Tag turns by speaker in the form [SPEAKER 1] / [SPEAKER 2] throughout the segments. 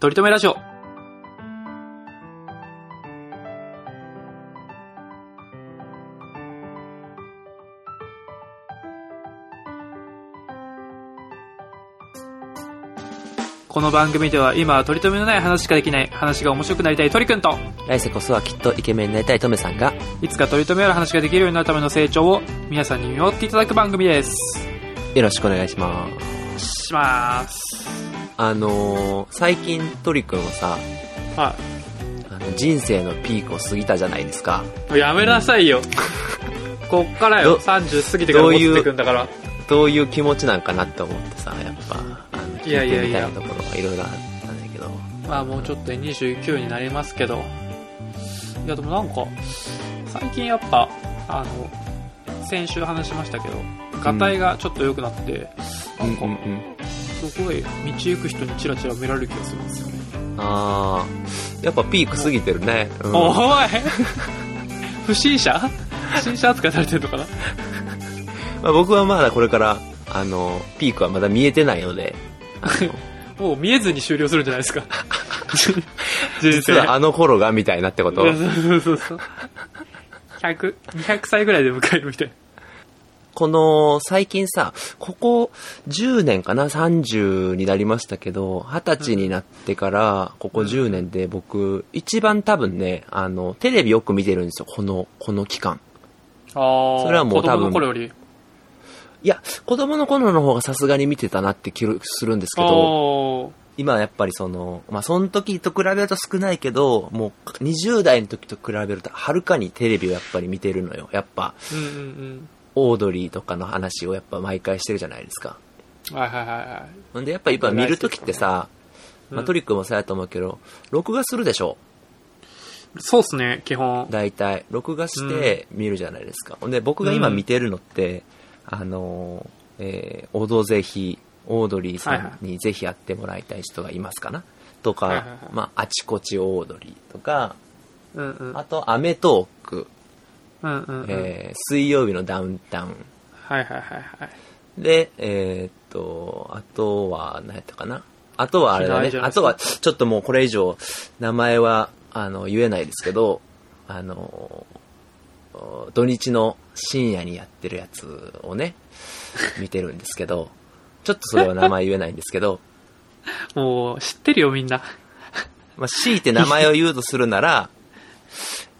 [SPEAKER 1] とりとめラジオ。この番組では今は取り留めのない話しかできない話が面白くなりたい鳥くんと
[SPEAKER 2] 来世こそはきっとイケメンになりたいトメさんが、
[SPEAKER 1] いつか取り留めある話ができるようになるための成長を皆さんに見守っていただく番組です。
[SPEAKER 2] よろしくお願いします。
[SPEAKER 1] します。
[SPEAKER 2] あのー、最近トリくんはさ、
[SPEAKER 1] は
[SPEAKER 2] あの人生のピークを過ぎたじゃないですか。
[SPEAKER 1] い。やめなさ いよ。こっからよ。
[SPEAKER 2] ど
[SPEAKER 1] 30過ぎてから
[SPEAKER 2] どう
[SPEAKER 1] 戻
[SPEAKER 2] いう
[SPEAKER 1] ってくんだから。
[SPEAKER 2] どういう気持ちなんかなって思ってさ、やっぱ、あの、
[SPEAKER 1] いや
[SPEAKER 2] 聞
[SPEAKER 1] い
[SPEAKER 2] い
[SPEAKER 1] や
[SPEAKER 2] て
[SPEAKER 1] い
[SPEAKER 2] みた
[SPEAKER 1] や
[SPEAKER 2] いところがいろいろあったんだけど、
[SPEAKER 1] まあもうちょっとで29になりますけど。いやでもなんか、最近やっぱ、あの、先週話しましたけど、ガタイがちょっと良くなって、なんか、
[SPEAKER 2] ん。
[SPEAKER 1] すごい道行く人にチラチラ見られる気がするんですよね。
[SPEAKER 2] あー、やっぱピーク過ぎてるね。うん
[SPEAKER 1] おい 不審者不審者扱いされてるのかな
[SPEAKER 2] まあ、僕はまだこれから、あの、ピークはまだ見えてないので、
[SPEAKER 1] もう見えずに終了するんじゃないですか。人
[SPEAKER 2] 実
[SPEAKER 1] 生。
[SPEAKER 2] はあの頃がみたいなってこと
[SPEAKER 1] そ。うそうそうそう。100、200歳ぐらいで迎えるみたいな。
[SPEAKER 2] この、最近さ、ここ10年かな、30になりましたけど、20歳になってから、ここ10年で僕、一番多分ね、あの、テレビよく見てるんですよ、この、この期間。
[SPEAKER 1] ああ。
[SPEAKER 2] それはもう多
[SPEAKER 1] 子供
[SPEAKER 2] 分
[SPEAKER 1] の頃より。
[SPEAKER 2] いや、子供の頃の方がさすがに見てたなって気がするんですけど、
[SPEAKER 1] あ
[SPEAKER 2] 今やっぱりその、まあ、その時と比べると少ないけど、もう20代の時と比べると、はるかにテレビをやっぱり見てるのよ。やっぱ、
[SPEAKER 1] あ。うんうん
[SPEAKER 2] オードリーとかの話をやっぱ毎回してるじゃないですか。
[SPEAKER 1] うん。はいはいはいはい。
[SPEAKER 2] ほんでやっぱ今見るときってさ、
[SPEAKER 1] うん
[SPEAKER 2] まあ、トリックもそうやと思うけど、録画するでしょ
[SPEAKER 1] そうっすね、基本。
[SPEAKER 2] 大体。録画して見るじゃないですか。ほんで僕が今見てるのって、あのー、えー、オドぜひ、オードリーさ
[SPEAKER 1] はいは
[SPEAKER 2] んにぜひやってもらいたい人がいますかなとか、
[SPEAKER 1] はいはいはい
[SPEAKER 2] まあ、あちこちオードリーとか、
[SPEAKER 1] うんうん。
[SPEAKER 2] あと、アメトーク、
[SPEAKER 1] うんうんうん。
[SPEAKER 2] えー、水曜日のダウンタウン、
[SPEAKER 1] はいはいはいはい。
[SPEAKER 2] で、えーっと、あとは、何やったかな。あとはあれだ
[SPEAKER 1] 嫌
[SPEAKER 2] ね
[SPEAKER 1] いじゃ。ない
[SPEAKER 2] あ
[SPEAKER 1] です
[SPEAKER 2] と
[SPEAKER 1] か
[SPEAKER 2] は、ちょっともうこれ以上、名前は、あの、言えないですけど、あの、お土日の深夜にやってるやつ をね、見てるんですけど、ちょっとそれは名前言えないんですけど、
[SPEAKER 1] もう、知ってるよみんな。
[SPEAKER 2] まあ、強いて名前を言うとするなら、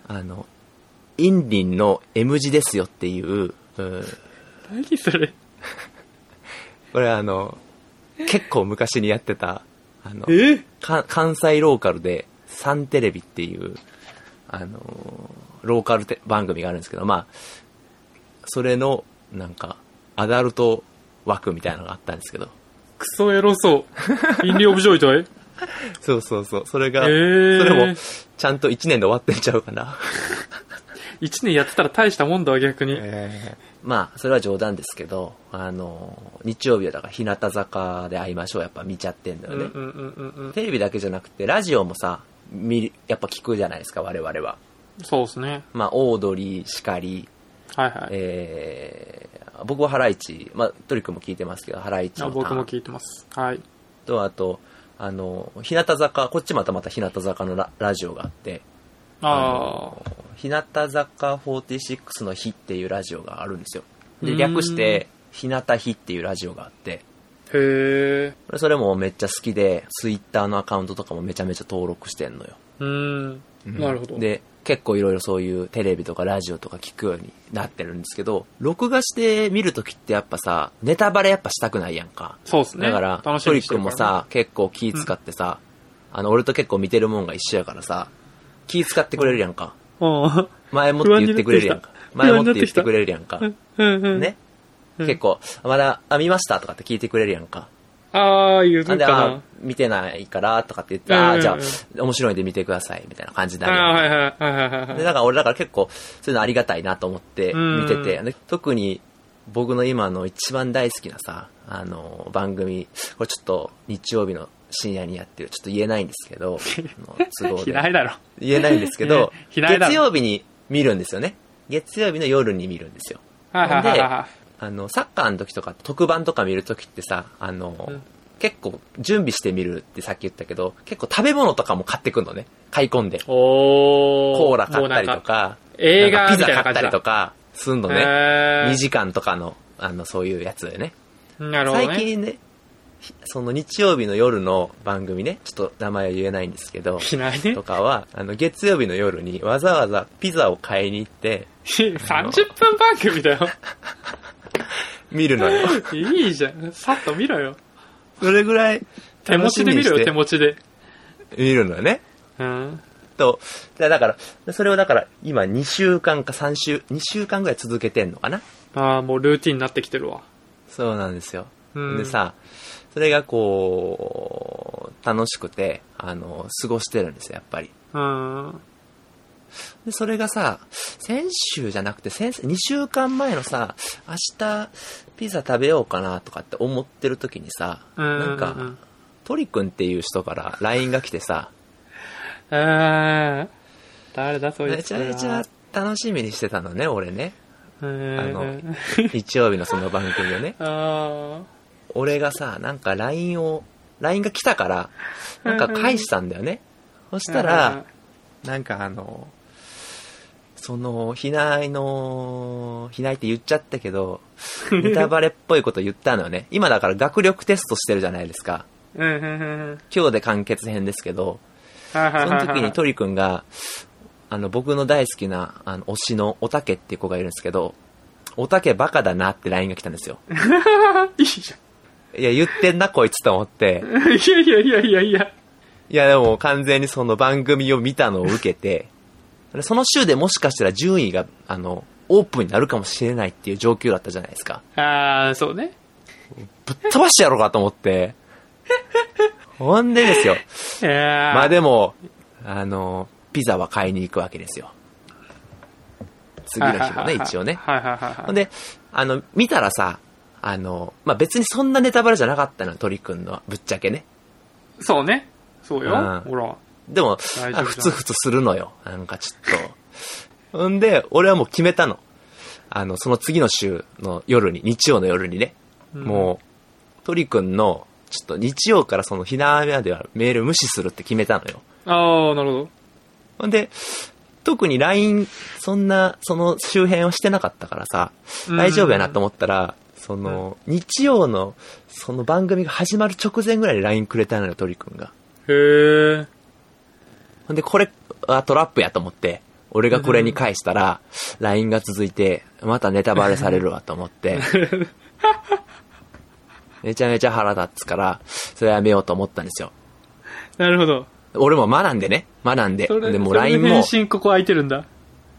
[SPEAKER 2] あの、インリンの M 字ですよっていう、うん
[SPEAKER 1] 何それ。
[SPEAKER 2] これあの、結構昔にやってた、あの、
[SPEAKER 1] え
[SPEAKER 2] か関西ローカルでサンテレビっていう、あのーローカルて番組があるんですけど、まあ、それの、なんか、アダルト枠みたいなのがあったんですけど、
[SPEAKER 1] クソエロ そう。飲料オブジョイトイ
[SPEAKER 2] そうそうそう、それが、
[SPEAKER 1] えー
[SPEAKER 2] それも、ちゃんと1年で終わってんちゃうかな。
[SPEAKER 1] 一年やってたら大したもんだわ、逆に。
[SPEAKER 2] まあ、それは冗談ですけど、あのー日曜日はだから日向坂で会いましょう、やっぱ見ちゃってんだ
[SPEAKER 1] う
[SPEAKER 2] よ
[SPEAKER 1] んう
[SPEAKER 2] ね。
[SPEAKER 1] んうんうんうん。
[SPEAKER 2] テレビだけじゃなくて、ラジオもさ、見るやっぱ聞くじゃないですか、我々は。
[SPEAKER 1] そうっすね。
[SPEAKER 2] まあ、オードリーしかり、
[SPEAKER 1] はいはい。
[SPEAKER 2] えー僕はハライチ、まあ、トリックも聞いてますけど、ハライチ
[SPEAKER 1] あ
[SPEAKER 2] のタ
[SPEAKER 1] 僕
[SPEAKER 2] ー
[SPEAKER 1] も
[SPEAKER 2] ン
[SPEAKER 1] 聞いてます。はい。
[SPEAKER 2] と、あと、あの、日向坂、こっちまたまた日向坂のララジオがあって、
[SPEAKER 1] ああ。
[SPEAKER 2] の日向坂46の日っていうラジオがあるんですよ。
[SPEAKER 1] うー
[SPEAKER 2] で、
[SPEAKER 1] ん
[SPEAKER 2] 略して、日向日っていうラジオがあって、
[SPEAKER 1] へえ。
[SPEAKER 2] それもめっちゃ好きで、ツイッターのアカウントとかもめちゃめちゃ登録してんのよ。
[SPEAKER 1] うーん。なるほど。
[SPEAKER 2] で、結構いろいろそういうテレビとかラジオとか聞くようになってるんですけど、録画して見るときってやっぱさ、ネタバレやっぱしたくないやんか。
[SPEAKER 1] そうっすね。
[SPEAKER 2] だから、
[SPEAKER 1] 楽し
[SPEAKER 2] ト
[SPEAKER 1] み
[SPEAKER 2] リ
[SPEAKER 1] に
[SPEAKER 2] ッ
[SPEAKER 1] して
[SPEAKER 2] ク
[SPEAKER 1] るか
[SPEAKER 2] も
[SPEAKER 1] らね、
[SPEAKER 2] さ、結構気使ってさ、あの、俺と結構見てるもんが一緒やからさ、気使ってくれるやんか。
[SPEAKER 1] うん。
[SPEAKER 2] 前もって言ってくれるやんか。
[SPEAKER 1] 不安
[SPEAKER 2] 前も
[SPEAKER 1] に
[SPEAKER 2] っ
[SPEAKER 1] なってて
[SPEAKER 2] 言っ
[SPEAKER 1] きた
[SPEAKER 2] てくれるやんか
[SPEAKER 1] う。んうんうん。
[SPEAKER 2] ね。
[SPEAKER 1] うん
[SPEAKER 2] 結構、まだ、あ、見ましたとかって聞いてくれるやんか。
[SPEAKER 1] ああ、言う
[SPEAKER 2] な
[SPEAKER 1] の
[SPEAKER 2] んで、
[SPEAKER 1] か
[SPEAKER 2] あ
[SPEAKER 1] な。、
[SPEAKER 2] 見てないからとかって言って、
[SPEAKER 1] うんうんうん
[SPEAKER 2] あーじゃあ、面白いんで見てください、みたいな感じに
[SPEAKER 1] あ
[SPEAKER 2] なるやんか
[SPEAKER 1] あー、はいはいはいはいはい
[SPEAKER 2] で、
[SPEAKER 1] はい。
[SPEAKER 2] だから俺だから結構、そういうのありがたいなと思って見てて、
[SPEAKER 1] う
[SPEAKER 2] で特に僕の今の一番大好きなさ、あの、番組、これちょっと日曜日の深夜にやってる、ちょっと言えないんですけど、あの都合で
[SPEAKER 1] 嫌いだろ。、
[SPEAKER 2] 言えないんですけど
[SPEAKER 1] 嫌いだろ
[SPEAKER 2] 月曜日に見るんですよね。月曜日の夜に見るんですよ。
[SPEAKER 1] はいはいはいはい。
[SPEAKER 2] あの、サッカーの時とか、特番とか見る時ってさ、あの、
[SPEAKER 1] うん
[SPEAKER 2] 結構準備してみるってさっき言ったけど、結構食べ物とかも買ってくんのね。買い込んで。
[SPEAKER 1] おー。
[SPEAKER 2] コーラ買ったり
[SPEAKER 1] もうな
[SPEAKER 2] と
[SPEAKER 1] んか。
[SPEAKER 2] か、
[SPEAKER 1] 映画
[SPEAKER 2] な
[SPEAKER 1] み
[SPEAKER 2] んか
[SPEAKER 1] た
[SPEAKER 2] ピ
[SPEAKER 1] い
[SPEAKER 2] ザ
[SPEAKER 1] な
[SPEAKER 2] 買
[SPEAKER 1] 感
[SPEAKER 2] った
[SPEAKER 1] じ
[SPEAKER 2] り
[SPEAKER 1] だ。
[SPEAKER 2] とか、すんのね。
[SPEAKER 1] へー
[SPEAKER 2] 2時間とかの、あの、そういうやつよね。
[SPEAKER 1] なるほどね。
[SPEAKER 2] 最近ね、ひその日曜日の夜の番組ね、ちょっと名前は言えないんです けど、
[SPEAKER 1] しないね
[SPEAKER 2] と。かは、あの、月曜日の夜にわざわざピザを買いに行って、
[SPEAKER 1] 30分番組だよ。
[SPEAKER 2] 見る のよ。
[SPEAKER 1] いいじゃん。さっと見ろよ。
[SPEAKER 2] それぐらい、
[SPEAKER 1] 手持ちで見ろよ、手持ちで。
[SPEAKER 2] 見るのよね。
[SPEAKER 1] うん。
[SPEAKER 2] と、だだから、それをだから、今2週間か3週、2週間ぐらい続けてんのかな
[SPEAKER 1] ああ、もうルーティンになってきてるわ。
[SPEAKER 2] そうなんですよ。
[SPEAKER 1] うん
[SPEAKER 2] でさ、それがこう、楽しくて、あの、過ごしてるんですよ、やっぱり。
[SPEAKER 1] うん。
[SPEAKER 2] で、それがさ、先週じゃなくて、先、2週間前のさ、明日、ピザ食べようかなとかって思ってる時にさ、
[SPEAKER 1] うん
[SPEAKER 2] なんか、トリ君っていう人から LINE が来てさ、
[SPEAKER 1] うん。誰だ、そいつ。
[SPEAKER 2] めちゃめちゃ、楽しみにしてたのね、俺ね。
[SPEAKER 1] あ
[SPEAKER 2] あの、日曜日のその番組をね。
[SPEAKER 1] あ
[SPEAKER 2] 俺がさ、なんか LINE を、LINE が来たから、なんか返したんだよね。そ
[SPEAKER 1] ー
[SPEAKER 2] したら、、なんかあの、その、ひないの、ひないって言っちゃったけど、ネタバレっぽいこと言ったのよね。今だから学力テストしてるじゃないですか。
[SPEAKER 1] うんうんうんうん。
[SPEAKER 2] 今日で完結編ですけど、
[SPEAKER 1] その
[SPEAKER 2] その時に、鳥くんが、あの、僕の大好きな、あの、推しのおたけっていう子がいるんですけど、おたけバカだなって LINE が来たんですよ。
[SPEAKER 1] いいじ
[SPEAKER 2] いや、言ってんな、こいつと思って。
[SPEAKER 1] ゃん。いやいやいやいやいや。
[SPEAKER 2] いや、でも完全にその番組を見たのを受けて、その週でもしかしたら順位が、あの、オープンになるかもしれないっていう状況だったじゃないですか。
[SPEAKER 1] ああ、そうね。
[SPEAKER 2] ぶっ飛ばしてやろうかと思って。ほんでですよ。
[SPEAKER 1] いやー
[SPEAKER 2] まあでも、あの、ピザは買いに行くわけですよ。次の日もね、一応ね。
[SPEAKER 1] はいはいはいはい。
[SPEAKER 2] ほんで、あの、見たらさ、あの、まあ別にそんなネタバレじゃなかったの、鳥くんのは、ぶっちゃけね。
[SPEAKER 1] そうね。そうよ。
[SPEAKER 2] うん
[SPEAKER 1] ほら。
[SPEAKER 2] でも、
[SPEAKER 1] 大丈夫
[SPEAKER 2] あ
[SPEAKER 1] だ
[SPEAKER 2] ふつふつするのよ。なんかちょっと。ほんで、俺はもう決めたの。あの、その次の週の夜に、日曜の夜にね。
[SPEAKER 1] うん
[SPEAKER 2] もう、鳥くんの、ちょっと日曜からそのひなまではメール無視するって決めたのよ。
[SPEAKER 1] ああ、なるほど。
[SPEAKER 2] ほんで、特に LINE、そんな、その周辺をしてなかったからさ、
[SPEAKER 1] うん
[SPEAKER 2] 大丈夫やなと思ったら、その、日曜の、その番組が始まる直前ぐらいで LINE くれたのよ、鳥くんが。
[SPEAKER 1] へえ。
[SPEAKER 2] ほんで、これはトラップやと思って、俺がこれに返したら、LINE が続いて、またネタバレされるわと 思って、めちゃめちゃ腹立つから、それやめようと思ったんですよ。
[SPEAKER 1] なるほど。
[SPEAKER 2] 俺も学んでね、学んで。
[SPEAKER 1] それ
[SPEAKER 2] でも
[SPEAKER 1] それ
[SPEAKER 2] LINE
[SPEAKER 1] 返
[SPEAKER 2] も
[SPEAKER 1] 信ここ空いてるんだ。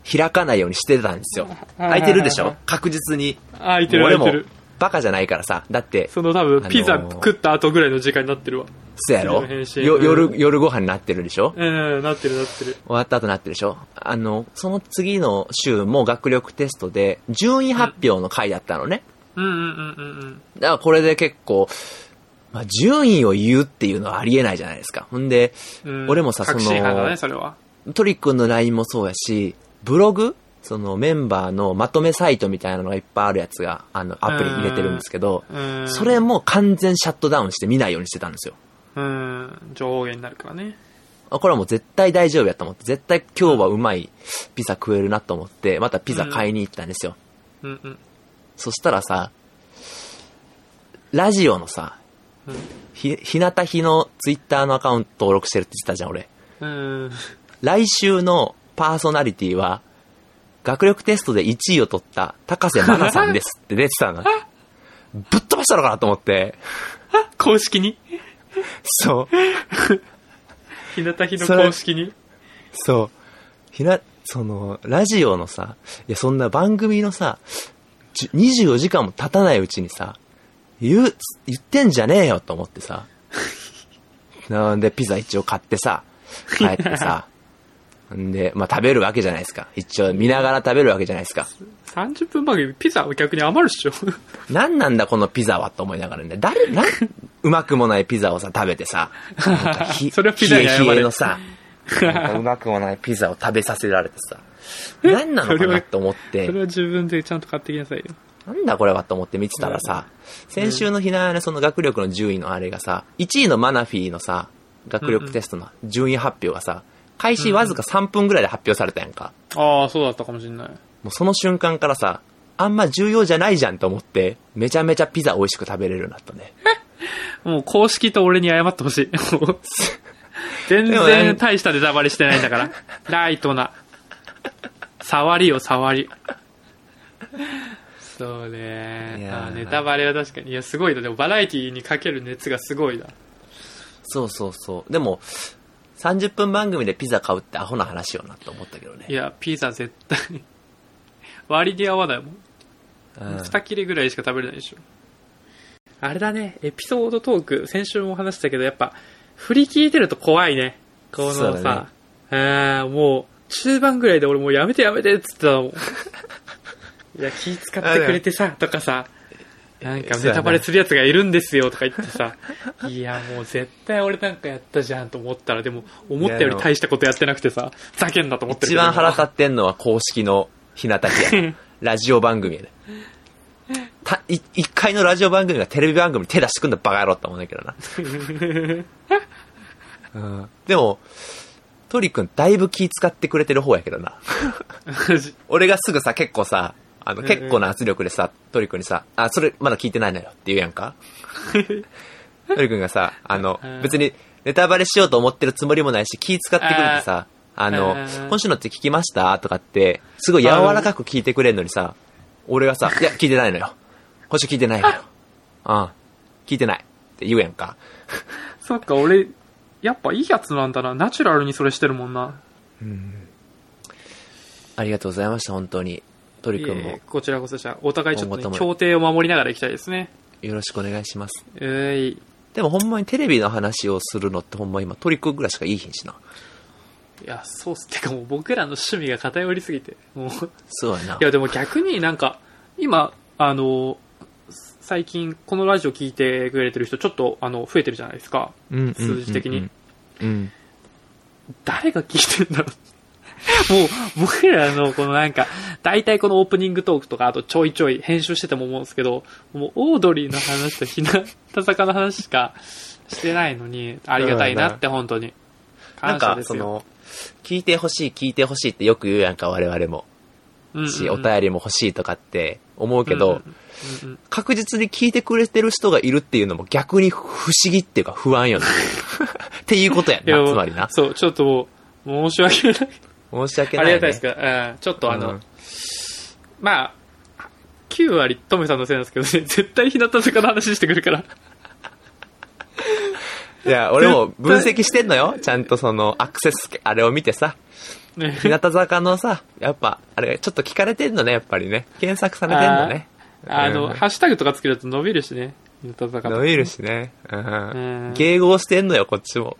[SPEAKER 2] 開かないようにしてたんですよ。開いてるでしょ確実に。
[SPEAKER 1] 空いてる
[SPEAKER 2] 俺
[SPEAKER 1] 空い
[SPEAKER 2] も
[SPEAKER 1] てる。
[SPEAKER 2] バカじゃないからさ。だって、
[SPEAKER 1] その多分、
[SPEAKER 2] あのー
[SPEAKER 1] ピザ食った後ぐらいの時間になってるわ。
[SPEAKER 2] そうやろ
[SPEAKER 1] 次の返信
[SPEAKER 2] よ
[SPEAKER 1] う
[SPEAKER 2] 夜、
[SPEAKER 1] ん
[SPEAKER 2] 夜ご飯になってるでしょ
[SPEAKER 1] うん、なってるなってる。
[SPEAKER 2] 終わった後なってるでしょあの、その次の週も学力テストで、順位発表の回だったのね。
[SPEAKER 1] うんうんうんうんうん。
[SPEAKER 2] だからこれで結構、まあ、順位を言うっていうのはありえないじゃないですか。ほんで、
[SPEAKER 1] うん
[SPEAKER 2] 俺もさ、そ
[SPEAKER 1] 確信犯だね、
[SPEAKER 2] の、
[SPEAKER 1] それは。
[SPEAKER 2] トリックの LINE もそうやし、ブログそのメンバーのまとめサイトみたいなのがいっぱいあるやつが、あの、アプリ入れてるんですけど、
[SPEAKER 1] うん。
[SPEAKER 2] それも完全シャットダウンして見ないようにしてたんですよ。
[SPEAKER 1] うん、上下になるからね。
[SPEAKER 2] あこれはもう絶対大丈夫やと思って、絶対今日はうまいピザ食えるなと思って、またピザ買いに行ったんですよ。
[SPEAKER 1] うんうん。
[SPEAKER 2] そしたらさ、ラジオのさ、
[SPEAKER 1] うん
[SPEAKER 2] ひ、ひなたひのツイッターのアカウント登録してるって言ってたじゃん、俺。
[SPEAKER 1] うん。
[SPEAKER 2] 来週のパーソナリティは、学力テストで1位を取った高瀬真奈さんですって出てた の。ぶっ飛ばしたのかなと思って。
[SPEAKER 1] 公式に
[SPEAKER 2] そう。
[SPEAKER 1] 日向日の公式に
[SPEAKER 2] そう。ひな、その、ラジオのさ、いや、そんな番組のさ、じゅ24時間も経たないうちにさ、言う、言ってんじゃねえよと思っ てさ。なんで、ピザ一応買ってさ、帰ってさ、んで、まあ、食べるわけじゃないですか。一応見ながら食べるわけじゃないですか。
[SPEAKER 1] 30分番組、ピザは逆に余るっしょ。
[SPEAKER 2] なんなんだこのピザはと思いながらね、誰、なん、うまくもないピザをさ、食べてさ、なんか ひ
[SPEAKER 1] それはピザに謝れ
[SPEAKER 2] 冷え冷えのさ、 なんかうまくもないピザ を食べさせられてさ、何なのかなと思って
[SPEAKER 1] それ、は自分でちゃんと買ってきなさいよ。
[SPEAKER 2] なんだこれはと思って見てたらさ、先週のひなやのその学力の順位のあれがさ、1位のマナフィーのさ、学力テストの順位発表がさ、開始わずか3分ぐらいで発表されたやんか。
[SPEAKER 1] ああ、そうだったかもしれない。
[SPEAKER 2] もうその瞬間からさ、あんま重要じゃないじゃんと思って、めちゃめちゃピザ美味しく食べれるようになったね。
[SPEAKER 1] もう公式と俺に謝ってほ しい。もう全
[SPEAKER 2] でもね
[SPEAKER 1] 然大したデザバレしてないんだから。ライトな。触りよ、触り。そう
[SPEAKER 2] い
[SPEAKER 1] ね。
[SPEAKER 2] やー
[SPEAKER 1] あーネタバレは確かに。いや、すごいな。でもバラエティにかける熱がすごいな。
[SPEAKER 2] そうそうそう。でも、30分番組でピザ買うってアホな話よなと思ったけどね。
[SPEAKER 1] いや、ピザ絶対。割に合わないもん。
[SPEAKER 2] うん
[SPEAKER 1] 二切れぐらいしか食べれないでしょ。あれだね、エピソードトーク、先週も話したけど、やっぱ、振り聞いてると怖いね。この
[SPEAKER 2] そうだね
[SPEAKER 1] さ、あーもう、中盤ぐらいで俺もうやめてやめてっつってたも ん。いや、気使ってくれてさ、とかさ、なんか
[SPEAKER 2] そうだね
[SPEAKER 1] ネタバレするやつがいるんですよとか言ってさ、いや、もう絶対俺なんかやったじゃんと思ったら、でも、思ったより大したことやってなくてさ、ふざけんなと思ってる
[SPEAKER 2] 一
[SPEAKER 1] けど
[SPEAKER 2] 番腹立ってんのは公式の日向家やなラジオ番組やね。た、い一回のラジオ番組がテレビ番組に手出してくんだバカ野郎って思うんだけどな。 うん、でも、トリ君だいぶ気使ってくれてる方やけどな。
[SPEAKER 1] マジ
[SPEAKER 2] 俺がすぐさ、結構さ、あの、
[SPEAKER 1] うん
[SPEAKER 2] 結構な圧力でさ、トリ君にさ、あ、それまだ聞いてないのよって言うや んかトリ君がさ、あの
[SPEAKER 1] うん、
[SPEAKER 2] 別にネタバレしようと思ってるつもりもないし、気使ってくれてさ、あの
[SPEAKER 1] うん、
[SPEAKER 2] 今週のって聞きましたとかって、すごい柔らかく聞いてくれんのにさ、俺がさ、いや、聞いてないのよ。今週聞いてないのよ。うん。聞いてない。って言うやんか。
[SPEAKER 1] そっか、俺、やっぱいいやつなんだな。ナチュラルにそれしてるもんな。
[SPEAKER 2] ありがとうございました、本当に。トリ君
[SPEAKER 1] いえい
[SPEAKER 2] も
[SPEAKER 1] えこちらこそじゃあ、お互いちょっと、
[SPEAKER 2] 今後
[SPEAKER 1] ね、
[SPEAKER 2] とも
[SPEAKER 1] 協定を守りながら行きたいですね。
[SPEAKER 2] よろしくお願いします。
[SPEAKER 1] えい。
[SPEAKER 2] でもほんまにテレビの話をするのってほんま今トリックぐらいしかいいひんしな。
[SPEAKER 1] いや、そうっす。てかもう僕らの趣味が偏りすぎて。もう、い
[SPEAKER 2] そうやな。
[SPEAKER 1] やでも逆になんか、今、あの、最近このラジオ聞いてくれてる人ちょっとあの増えてるじゃないですか。
[SPEAKER 2] うんうんうんうん
[SPEAKER 1] 数字的に。
[SPEAKER 2] うん。
[SPEAKER 1] 誰が聞いてんだろう。もう、僕らの、このなんか、大体このオープニングトークとか、あとちょいちょい編集してても思うんですけど、もう、オードリーの話と日向坂の話しかしてないのに、ありがたいなって、本当に。感
[SPEAKER 2] なん
[SPEAKER 1] 謝
[SPEAKER 2] か
[SPEAKER 1] で、
[SPEAKER 2] そ
[SPEAKER 1] すよ。
[SPEAKER 2] の、聞いてほしい、聞いてほしいってよく言うやんか、我々も。
[SPEAKER 1] うんうん
[SPEAKER 2] し、お便りも欲しいとかって思うけど、
[SPEAKER 1] うんうん
[SPEAKER 2] 確実に聞いてくれてる人がいるっていうのも逆に不思議っていうか不安よ ね。っていうことやん
[SPEAKER 1] いやも
[SPEAKER 2] な、
[SPEAKER 1] う
[SPEAKER 2] つまりな。
[SPEAKER 1] そう、ちょっともう、もう申し訳ない。
[SPEAKER 2] 申し訳
[SPEAKER 1] あ
[SPEAKER 2] ない、
[SPEAKER 1] りが
[SPEAKER 2] ね。
[SPEAKER 1] たいですか。うん、ちょっとあの、
[SPEAKER 2] うん
[SPEAKER 1] まあ、9割、トメさんのせいなんですけどね、 絶対日向坂の話してくるから。
[SPEAKER 2] いや、俺も分析してんのよ。ちゃんとその、アクセス、あれを見てさ。
[SPEAKER 1] ね
[SPEAKER 2] 日向坂のさ、やっぱ、あれ、ちょっと聞かれてんのね、やっぱりね。検索されてんのね。
[SPEAKER 1] あ
[SPEAKER 2] うん
[SPEAKER 1] の、ハッシュタグとかつけると伸びるしね。日向坂
[SPEAKER 2] 伸
[SPEAKER 1] の。。
[SPEAKER 2] びるしね。うんん。迎合してんのよ、こっち も。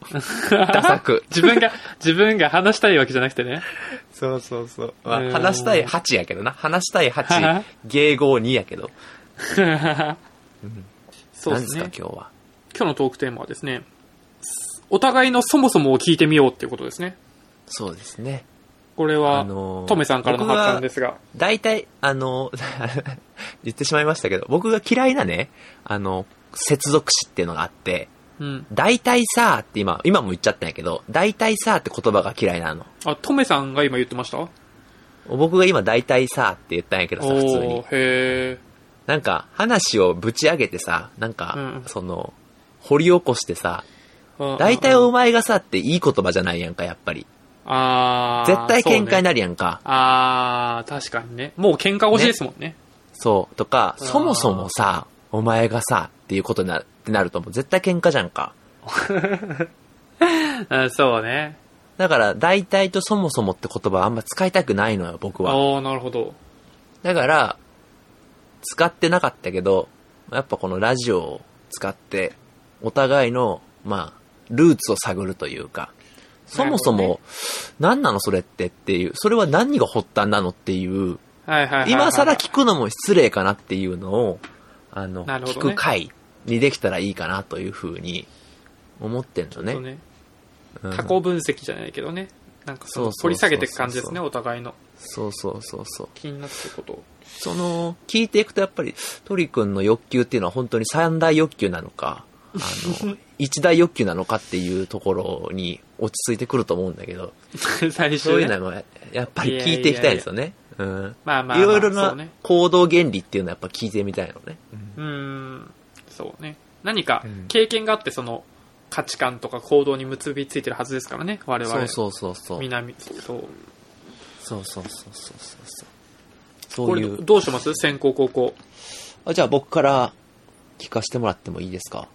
[SPEAKER 2] ダサく
[SPEAKER 1] 自分が、自分が話したいわけじゃなくてね。
[SPEAKER 2] そうそうそう。ま
[SPEAKER 1] うん
[SPEAKER 2] あ、話したい8やけどな。話したい8、迎合2やけど。
[SPEAKER 1] そうで
[SPEAKER 2] なんですすか、
[SPEAKER 1] ね
[SPEAKER 2] 今。日は。
[SPEAKER 1] 今日のトークテーマはですね、お互いのそもそもを聞いてみようっていうことですね。
[SPEAKER 2] そうですね。
[SPEAKER 1] これは、
[SPEAKER 2] あのー
[SPEAKER 1] トメさんからの発
[SPEAKER 2] 僕
[SPEAKER 1] 散
[SPEAKER 2] は
[SPEAKER 1] ですが。
[SPEAKER 2] 大体、あの、 言ってしまいましたけど、僕が嫌いなね、あの、接続詞っていうのがあって、
[SPEAKER 1] うん。
[SPEAKER 2] 大体さーって今、今も言っちゃったんやけど、大体さーって言葉が嫌いなの。
[SPEAKER 1] あ、トメさんが今言ってましたお
[SPEAKER 2] 僕が今大体さーって言ったんやけどさ、普通
[SPEAKER 1] ー
[SPEAKER 2] に。、
[SPEAKER 1] へ
[SPEAKER 2] なんか、話をぶち上げてさ、なんか、
[SPEAKER 1] うん
[SPEAKER 2] その、掘り起こしてさ、
[SPEAKER 1] ー。
[SPEAKER 2] 大体
[SPEAKER 1] うん
[SPEAKER 2] お前がさっていい言葉じゃないやんか、やっぱり。
[SPEAKER 1] あー
[SPEAKER 2] 絶対
[SPEAKER 1] そう
[SPEAKER 2] 喧嘩に
[SPEAKER 1] ね
[SPEAKER 2] なるやんか。
[SPEAKER 1] あー、確かにね。もう喧嘩腰ですもんね。
[SPEAKER 2] そう,、とか、
[SPEAKER 1] うん
[SPEAKER 2] そもそもさ、お前がさ、っていうことになるってなるともう絶対喧嘩じゃんか。
[SPEAKER 1] うん、そうね。
[SPEAKER 2] だから、大体とそもそもって言葉はあんま使いたくないのよ、僕は。
[SPEAKER 1] おー、なるほど。
[SPEAKER 2] だから、使ってなかったけど、やっぱこのラジオを使って、お互いの、まあ、ルーツを探るというか、そもそ
[SPEAKER 1] なるほ
[SPEAKER 2] も、何なのそれってっていう、それは何が発端なのっていう、
[SPEAKER 1] はいはいはいはい、
[SPEAKER 2] 今更聞くのも失礼かなっていうのを、あの、
[SPEAKER 1] なるほ
[SPEAKER 2] 聞
[SPEAKER 1] どね
[SPEAKER 2] く回にできたらいいかなというふうに思ってんの
[SPEAKER 1] そう
[SPEAKER 2] ね。
[SPEAKER 1] ね。
[SPEAKER 2] うん
[SPEAKER 1] 過去分析じゃないけどね。なんかその
[SPEAKER 2] そうそうそうそう
[SPEAKER 1] 取り下げていく感じですね、お互いの
[SPEAKER 2] そうそうそうそう。
[SPEAKER 1] 気になってる ことを。
[SPEAKER 2] その、聞いていくとやっぱり、トリ君の欲求っていうのは本当に三大欲求なのか、あ の、一大欲求なのかっていうところに落ち着いてくると思うんだけ ど、
[SPEAKER 1] 最
[SPEAKER 2] そう
[SPEAKER 1] 終
[SPEAKER 2] いう
[SPEAKER 1] ね。
[SPEAKER 2] のはやっぱり聞いていきたいですよね。うん。
[SPEAKER 1] まあまあまあ、
[SPEAKER 2] いろいろ
[SPEAKER 1] そう
[SPEAKER 2] な
[SPEAKER 1] ね。
[SPEAKER 2] 行動原理っていうのはやっぱ聞いてみたいのね。
[SPEAKER 1] うーん、そうね。何か
[SPEAKER 2] うん
[SPEAKER 1] 経験があって、その価値観とか行動に結びついてるはずですからね、我々。
[SPEAKER 2] そうそうそうそう。
[SPEAKER 1] 南、そう。
[SPEAKER 2] そうそうそうそうそうそう。そ
[SPEAKER 1] こ
[SPEAKER 2] う
[SPEAKER 1] れ
[SPEAKER 2] い
[SPEAKER 1] ど
[SPEAKER 2] う。
[SPEAKER 1] どうします先行高校。
[SPEAKER 2] あじゃあ僕から聞かせてもらってもいいですか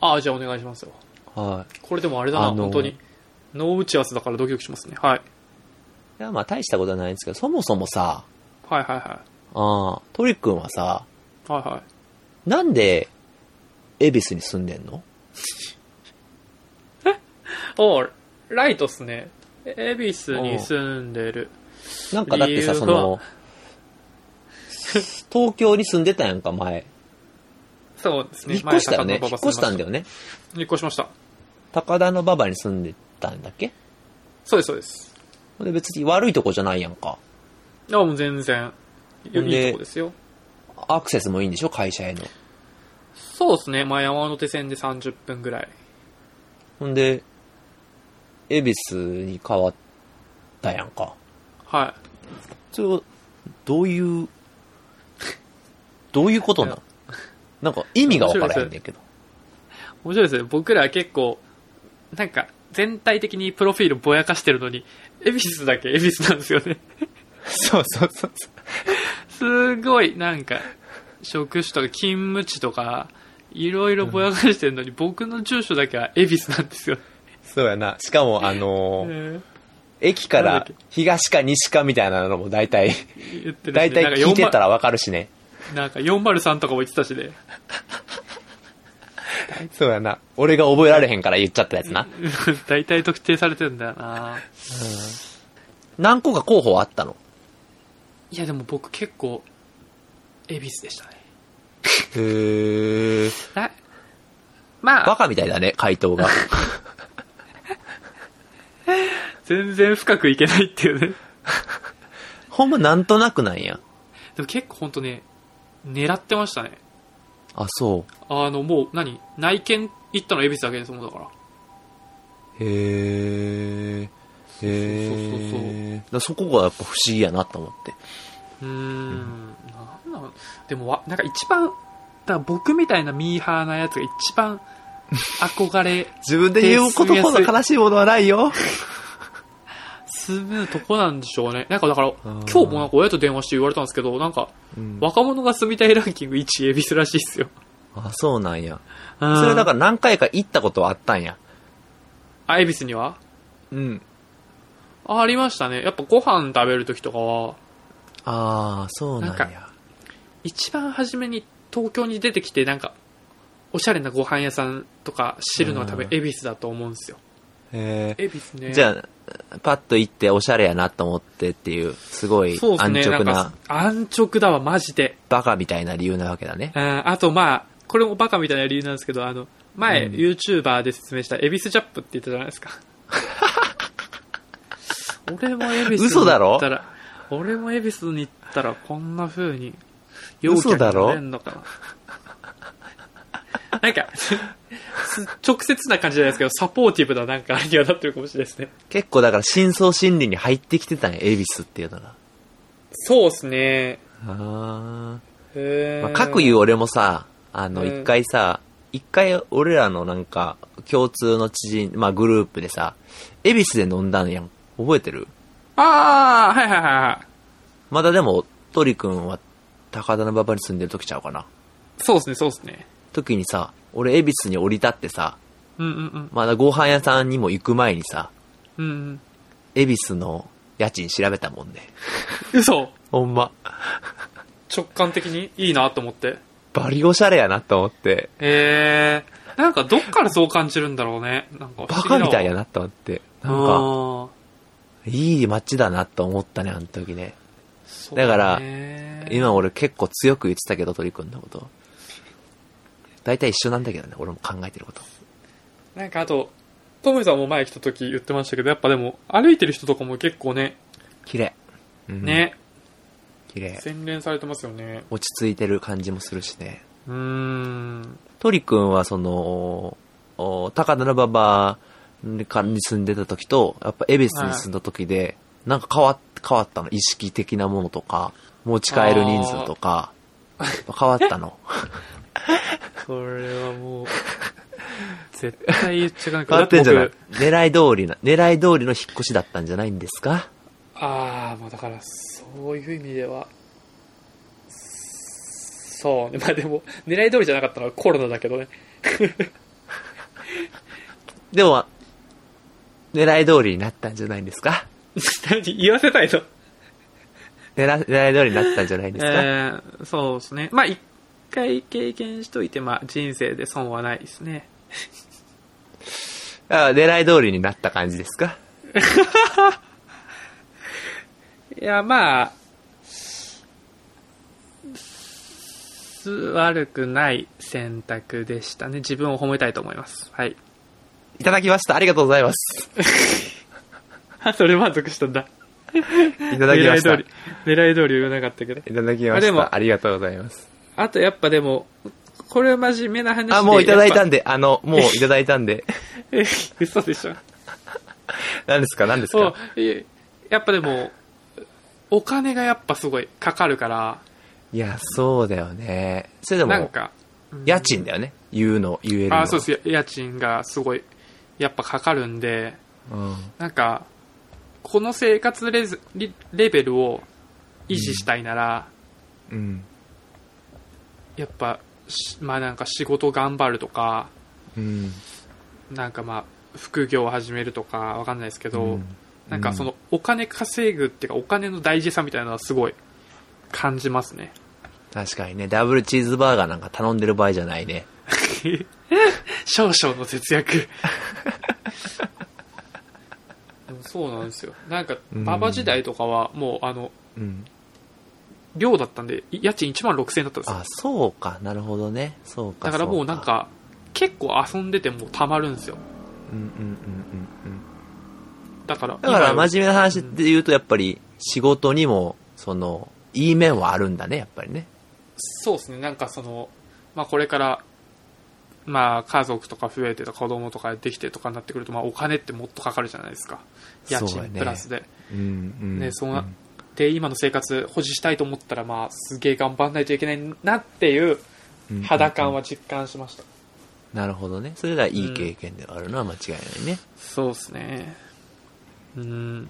[SPEAKER 1] ああ、じゃあお願いしますよ。
[SPEAKER 2] はい。
[SPEAKER 1] これでもあれだな、
[SPEAKER 2] あのー
[SPEAKER 1] 本当に。脳打ち合わせだからドキドキしますね。はい。
[SPEAKER 2] いや、まあ大したことはないんですけど、そもそもさ、
[SPEAKER 1] はいはいは
[SPEAKER 2] ああ、トリ君はさ、
[SPEAKER 1] い。はいはい。
[SPEAKER 2] なんで、恵比寿に住んでんの
[SPEAKER 1] おライトっすね。恵比寿に住んでる。
[SPEAKER 2] なんかだってさ、
[SPEAKER 1] 理由は
[SPEAKER 2] その、東京に住んでたやんか、前。
[SPEAKER 1] そうですね。
[SPEAKER 2] 引っ越したよね。
[SPEAKER 1] 前高
[SPEAKER 2] 引っ
[SPEAKER 1] 田馬場
[SPEAKER 2] 越したんだ
[SPEAKER 1] 住でま
[SPEAKER 2] よね。
[SPEAKER 1] た引っ越しました。
[SPEAKER 2] 高田の馬場に住んでたんだっけ
[SPEAKER 1] そうですそうです。
[SPEAKER 2] で別に悪いとこじゃないやんか。
[SPEAKER 1] あもう全然、いい
[SPEAKER 2] ほんで
[SPEAKER 1] いいとこですよ。
[SPEAKER 2] アクセスもいいんでしょ会社への。
[SPEAKER 1] そうですね。まあ山手線で30分ぐらい。
[SPEAKER 2] ほんで、恵比寿に変わったやんか。
[SPEAKER 1] はい。
[SPEAKER 2] それは、どういう、どういうことなんなんか意味がわからへんねんけど。
[SPEAKER 1] 面白いですね。僕らは結構、なんか、全体的にプロフィールぼやかしてるのに、恵比寿だけ恵比寿なんですよね。
[SPEAKER 2] そうそうそうそう。
[SPEAKER 1] すごい、なんか、職種とか勤務地とか、いろいろぼやかしてるのに、僕の住所だけは恵比寿なんですよ。
[SPEAKER 2] そうやな。しかも、あのー
[SPEAKER 1] えー
[SPEAKER 2] 駅
[SPEAKER 1] な
[SPEAKER 2] か
[SPEAKER 1] ん
[SPEAKER 2] ら
[SPEAKER 1] だっ
[SPEAKER 2] 東か西かみたいなのも大体、
[SPEAKER 1] 言ってるしね
[SPEAKER 2] 大体聞いてた
[SPEAKER 1] なんから
[SPEAKER 2] わかるしね。
[SPEAKER 1] 40なんか403とかも言ってたしね。
[SPEAKER 2] そうやな。俺が覚えられへんから言っちゃったやつな。
[SPEAKER 1] 大体特定されてるんだよな。
[SPEAKER 2] 何個か候補はあったの
[SPEAKER 1] いや、でも僕結構、恵比寿でしたね。
[SPEAKER 2] へえ。
[SPEAKER 1] あま
[SPEAKER 2] バ
[SPEAKER 1] あ、
[SPEAKER 2] カみたいだね、回答が。
[SPEAKER 1] 全然深くいけないっていうね。
[SPEAKER 2] ほんまなんとなくなんや。
[SPEAKER 1] でも結構ほんとね、狙ってましたね。
[SPEAKER 2] あ、そ
[SPEAKER 1] あの、もう何、内見行ったの恵比寿だけですもん、だから。
[SPEAKER 2] う。へえ。へ
[SPEAKER 1] そうそうそうそう
[SPEAKER 2] え。だからそこがやっぱ不思議やなと思って。
[SPEAKER 1] うーん、なんなのでもわ、なんか一番、だから僕みたいなミーハーなやつが一番憧 れ、
[SPEAKER 2] 自分で言うことほど悲しいものはないよ。
[SPEAKER 1] 住むとこなんでしょうね。なんかだから、今
[SPEAKER 2] ー
[SPEAKER 1] 日もなんか親と電話して言われたんですけど、なんか、
[SPEAKER 2] うん
[SPEAKER 1] 若者が住みたいランキング1位恵比寿らしいっすよ。
[SPEAKER 2] あ、そうなんや。
[SPEAKER 1] そ
[SPEAKER 2] それだから何回か行ったことはあったんや。
[SPEAKER 1] ら、あ、恵比寿には
[SPEAKER 2] うん。
[SPEAKER 1] あ、ありましたね。やっぱご飯食べるときとかは、
[SPEAKER 2] ああ、そうなん
[SPEAKER 1] なん
[SPEAKER 2] や。
[SPEAKER 1] 一番初めに東京に出てきて、なんか、おしゃれなご飯屋さんとか知るのは多分
[SPEAKER 2] うん
[SPEAKER 1] 恵比寿だと思うんですよ。
[SPEAKER 2] へ
[SPEAKER 1] 恵比寿ね。
[SPEAKER 2] え。じゃあ、パッと行っておしゃれやなと思ってっていう、すごい
[SPEAKER 1] そうです
[SPEAKER 2] 安
[SPEAKER 1] ね。
[SPEAKER 2] 直
[SPEAKER 1] なん
[SPEAKER 2] な
[SPEAKER 1] か、安直だわ、マジで。
[SPEAKER 2] バカみたいな理由なわけだね。
[SPEAKER 1] うんあと、まあ、これもバカみたいな理由なんですけど、あの、前、
[SPEAKER 2] うん
[SPEAKER 1] YouTuber で説明した、エビスジャップって言ったじゃないです か。俺もエビスに
[SPEAKER 2] 嘘だろ
[SPEAKER 1] 行ったら、俺もエビスに行ったら、こんな風に、
[SPEAKER 2] 嘘だろ
[SPEAKER 1] 陽キャになれんのかな。 なんか、す直接な感じじゃないですけど、サポーティブななんかアイディアになってるかもしれないですね。
[SPEAKER 2] 結構だから深層心理に入ってきてたんや、エビスっていうのが。
[SPEAKER 1] そうですね。
[SPEAKER 2] あ
[SPEAKER 1] へー
[SPEAKER 2] あ。まあ、各言う俺もさ、あ
[SPEAKER 1] う
[SPEAKER 2] の、
[SPEAKER 1] ん
[SPEAKER 2] 一回さ、一回俺らのなんか、共通の知人、まあグループでさ、エビスで飲んだんやん。覚えてる
[SPEAKER 1] ああ、はいはいはいはい。
[SPEAKER 2] まだでも、トリ君は高田の馬場に住んでる時ちゃうかな。
[SPEAKER 1] そうですね、そうですね。
[SPEAKER 2] 時にさ、俺恵比寿に降り立ってさ、
[SPEAKER 1] うんうんうん。
[SPEAKER 2] まだご飯屋さんにも行く前にさ、
[SPEAKER 1] うんうん。
[SPEAKER 2] 恵比寿の家賃調べたもんね。
[SPEAKER 1] 嘘
[SPEAKER 2] ほんま。
[SPEAKER 1] 直感的にいいなと思って。
[SPEAKER 2] バリおしゃれやなと思って、
[SPEAKER 1] えー、なんかどっからそう感じるんだろうね。なんか
[SPEAKER 2] バカみたい
[SPEAKER 1] や。
[SPEAKER 2] やなと思って、な
[SPEAKER 1] なんんか、
[SPEAKER 2] か、いい街だなと思ったね、あの時ね。
[SPEAKER 1] そう
[SPEAKER 2] だから
[SPEAKER 1] ね
[SPEAKER 2] 今俺結構強く言ってたけど、鳥くんのこと。大体一緒なんだけどね、俺も考えてること。
[SPEAKER 1] なんかあと、トムさんも前来た時言ってましたけど、やっぱでも、歩いてる人とかも結構ね、
[SPEAKER 2] 綺麗。うん。
[SPEAKER 1] ね、
[SPEAKER 2] 綺麗。
[SPEAKER 1] 洗練されてますよね。
[SPEAKER 2] 落ち着いてる感じもするしね。
[SPEAKER 1] うーん。
[SPEAKER 2] トリ君はその、お高田馬場に住んでた時と、やっぱ恵比寿に住んだ時で、なんか変わっ変わったの。意識的なものとか、持ち帰る人数とか、やっぱ変わっ たの。
[SPEAKER 1] これはも う、絶対言っちゃいかなく
[SPEAKER 2] 変わってんじゃない
[SPEAKER 1] だて
[SPEAKER 2] 狙い通りな、狙い通りの引っ越しだったんじゃないんですか
[SPEAKER 1] 僕ああ、まあだから、そういう意味では、そうね。ま あでも、狙い通りじゃなかったのはコロナだけどね。
[SPEAKER 2] でも、狙い通りになったんじゃないんですか
[SPEAKER 1] 何言わせたいの
[SPEAKER 2] 狙狙い通りになったんじゃないですか、
[SPEAKER 1] えーそうですね。まあ、一回経験しといて、まあ、人生で損はないですね。
[SPEAKER 2] あ狙い通りになった感じですか
[SPEAKER 1] いや、まあ、す悪くない選択でしたね。自分を褒めたいと思います。はい。
[SPEAKER 2] いただきました。ありがとうございます。
[SPEAKER 1] あ それ満足したんだ。
[SPEAKER 2] いただきました。
[SPEAKER 1] 狙い通り、狙い通り言わなかったけど。
[SPEAKER 2] いただき
[SPEAKER 1] あ
[SPEAKER 2] ま
[SPEAKER 1] で
[SPEAKER 2] し
[SPEAKER 1] も
[SPEAKER 2] た。ありがとうございます。
[SPEAKER 1] あと、やっぱでも、これは真面目な話で。
[SPEAKER 2] あ、もういただいた
[SPEAKER 1] ん
[SPEAKER 2] んで、あ の、もういただいたんで、
[SPEAKER 1] え、 嘘でしょ。
[SPEAKER 2] 何ですか何です
[SPEAKER 1] そう
[SPEAKER 2] か。
[SPEAKER 1] いえやっぱでも、お金がやっぱすごいかかるから、
[SPEAKER 2] いや、そうだよね。それで
[SPEAKER 1] なん
[SPEAKER 2] も、
[SPEAKER 1] か、うん
[SPEAKER 2] 家賃だよね。言うの、言えるの。
[SPEAKER 1] あそうです。や家賃がすごい、やっぱかかるんで、
[SPEAKER 2] うん。
[SPEAKER 1] なんか、この生活レズリレベルを維持したいなら、
[SPEAKER 2] うん。
[SPEAKER 1] やっぱ、しまあなんか仕事頑張るとか、
[SPEAKER 2] うん。
[SPEAKER 1] なんかまあ、副業を始めるとか、わかんないですけど、
[SPEAKER 2] うん
[SPEAKER 1] なんかその、お金稼ぐっていうか、お金の大事さみたいなのはすごい感じますね。
[SPEAKER 2] 確かにね、ダブルチーズバーガーなんか頼んでる場合じゃないね。
[SPEAKER 1] 少々の節 約。でもそうなんですよ。なんか、
[SPEAKER 2] うん
[SPEAKER 1] 馬場時代とかは、もう、あの、
[SPEAKER 2] うん。
[SPEAKER 1] 寮だったんで、い家賃1万6000円だったんですよ
[SPEAKER 2] あ、そうか。なるほどね。そうか。
[SPEAKER 1] だからもうなんか、結構遊んでてもたまるんですよ。
[SPEAKER 2] そうか、うんうんうんうんうん。
[SPEAKER 1] だから、
[SPEAKER 2] だから
[SPEAKER 1] 今
[SPEAKER 2] 真面目な話で言うと、やっぱり仕事にも、その、いい面はあるんだね、やっぱりね。
[SPEAKER 1] そうですね、なんかその、まあこれから、まあ家族とか増えてとか子供とかできてとかになってくると、まあお金ってもっとかかるじゃないですか。家
[SPEAKER 2] そう
[SPEAKER 1] 賃
[SPEAKER 2] だね
[SPEAKER 1] プラスで。
[SPEAKER 2] うんうん
[SPEAKER 1] ねそうなで、今の生活保持したいと思ったら、まあすげえ頑張んないといけないなっていう
[SPEAKER 2] うん
[SPEAKER 1] 肌感は実感しました。
[SPEAKER 2] なるほどね。それがいい経験ではあるのは間違いないね。
[SPEAKER 1] そうですね。うん、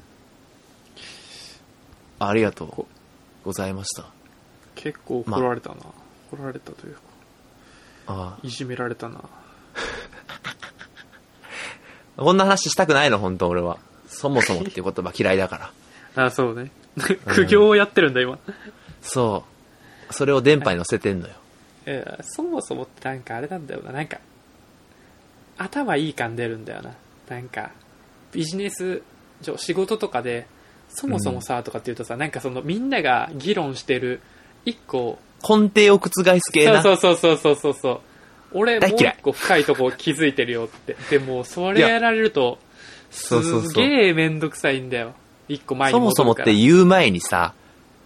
[SPEAKER 2] ありがとうございました。
[SPEAKER 1] 結構怒られたな。怒られたというか、
[SPEAKER 2] あ
[SPEAKER 1] いじめられたな。
[SPEAKER 2] あこんな話したくないの、本当俺は。そもそもっていう言葉嫌いだから。
[SPEAKER 1] あ、そうね。 苦行をやってるんだ、今。
[SPEAKER 2] そう。それを電波に乗せてんのよ。
[SPEAKER 1] えーそもそもってなんかあれなんだよな、なんか、頭いい感出るんだよな。なんか、ビジネス上、仕事とかで、そもそもさ、とかって言うとさ、なんかそのみんなが議論してる、一個、
[SPEAKER 2] 根底を覆す系な。
[SPEAKER 1] そうそうそうそうそうそう。俺、もう
[SPEAKER 2] 大嫌い
[SPEAKER 1] 一個深いとこ気づいてるよって。でも、それ
[SPEAKER 2] いや
[SPEAKER 1] やられると、
[SPEAKER 2] そ
[SPEAKER 1] す
[SPEAKER 2] うそうそう
[SPEAKER 1] げえめんどくさいんだよ。一個前に
[SPEAKER 2] そも
[SPEAKER 1] 戻
[SPEAKER 2] そも
[SPEAKER 1] る
[SPEAKER 2] っ
[SPEAKER 1] から。
[SPEAKER 2] て言う前にさ、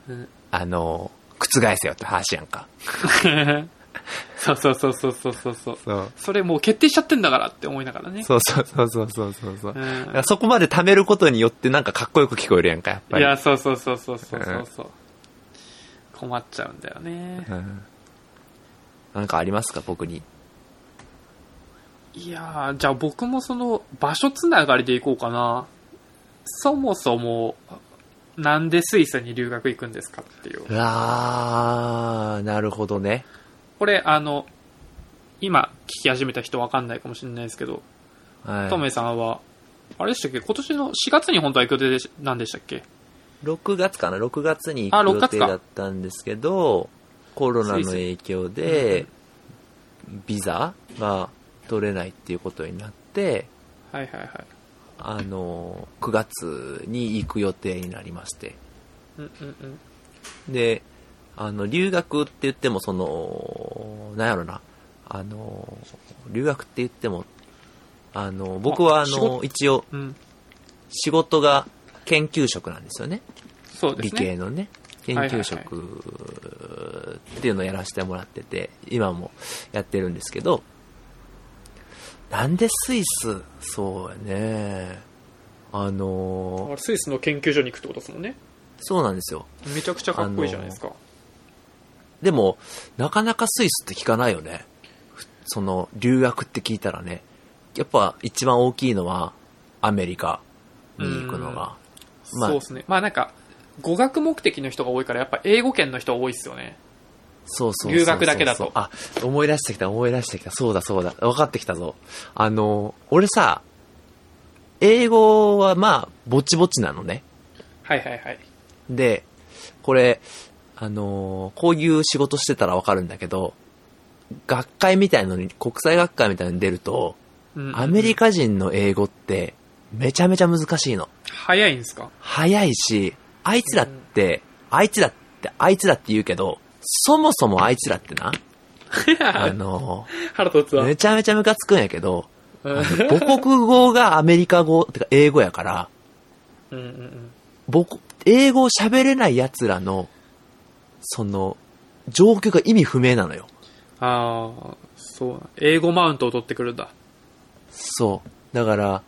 [SPEAKER 1] うん
[SPEAKER 2] あの、覆せよって話やんか。
[SPEAKER 1] そうそうそうそうそうそうそう。
[SPEAKER 2] そう。
[SPEAKER 1] それもう決定しちゃってんだからって思いながらね。
[SPEAKER 2] そうそうそうそうそうそうそう。
[SPEAKER 1] うん
[SPEAKER 2] だからそこまで貯めることによってなんかかっこよく聞こえるやんか、やっぱ
[SPEAKER 1] い
[SPEAKER 2] り。
[SPEAKER 1] や、そうそうそうそうそうそうそう。困っちゃうんだよね
[SPEAKER 2] う。ん、なんかありますか、僕に。
[SPEAKER 1] いやー、じゃあ僕もその場所つながりで行こうかな。そもそも、なんでスイスに留学行くんですかっていう。
[SPEAKER 2] あー、なるほどね。
[SPEAKER 1] これ、あの、今聞き始めた人わかんないかもしれないですけど、
[SPEAKER 2] はい、
[SPEAKER 1] トメさんは、あれでしたっけ今年の4月に本当は行く予定でしなんでしたっけ
[SPEAKER 2] 6月かな6月に
[SPEAKER 1] あ
[SPEAKER 2] 行
[SPEAKER 1] 6
[SPEAKER 2] く
[SPEAKER 1] 月
[SPEAKER 2] 予
[SPEAKER 1] か
[SPEAKER 2] 定だったんですけどコロナの影響でビザが取れないっていうことになって
[SPEAKER 1] はいはいはい。
[SPEAKER 2] あの9月に行く予定になりまして
[SPEAKER 1] うんうんうん。
[SPEAKER 2] であの留学って言ってもそのなんやろなあの留学って言ってもあの、僕はあ
[SPEAKER 1] 仕
[SPEAKER 2] の、
[SPEAKER 1] 事
[SPEAKER 2] 一応、
[SPEAKER 1] うん。
[SPEAKER 2] 仕事が研究職なんですよね。
[SPEAKER 1] そうで
[SPEAKER 2] 理
[SPEAKER 1] すね。
[SPEAKER 2] 系のね。研究職っていうのをやらせてもらってて、今もやってるんですけど、なんでスイスそうやね。あのー
[SPEAKER 1] あスイスの研究所に行くってことですもんね。
[SPEAKER 2] そうなんですよ。
[SPEAKER 1] めちゃくちゃかっこいいじゃないですか。
[SPEAKER 2] でも、なかなかスイスって聞かないよね。ふその、留学って聞いたらね。やっぱ一番大きいのは、アメリカに行くのが。まあ
[SPEAKER 1] そうですね。まあなんか、語学目的の人が多いから、やっぱ英語圏の人が多いですよね。
[SPEAKER 2] そうそうそうそう
[SPEAKER 1] 留学だけだと
[SPEAKER 2] あ、思い出してきた、思い出してきた。そうだ、そうだ。分かってきたぞ。あの、俺さ、英語はまあ、ぼちぼちなのね。
[SPEAKER 1] はいはいはい。
[SPEAKER 2] で、これ、あのーこういう仕事してたらわかるんだけど、学会みたいのに、国際学会みたいのに出ると、
[SPEAKER 1] うん
[SPEAKER 2] アメリカ人の英語って、めちゃめちゃ難しいの。
[SPEAKER 1] 早いんですか
[SPEAKER 2] 早いし、あいつらって、あいつらって、あいつらって言うけど、そもそもあいつらってな、あのー
[SPEAKER 1] 腹立つわ。
[SPEAKER 2] めちゃめちゃムカつくんやけど、
[SPEAKER 1] うん
[SPEAKER 2] 母国語がアメリカ語、てか英語やから、
[SPEAKER 1] うんうん
[SPEAKER 2] 母国英語を喋れない奴らの、その、状況が意味不明なのよ。
[SPEAKER 1] ああ、そうなん。英語マウントを取ってくるんだ。
[SPEAKER 2] そう。だから、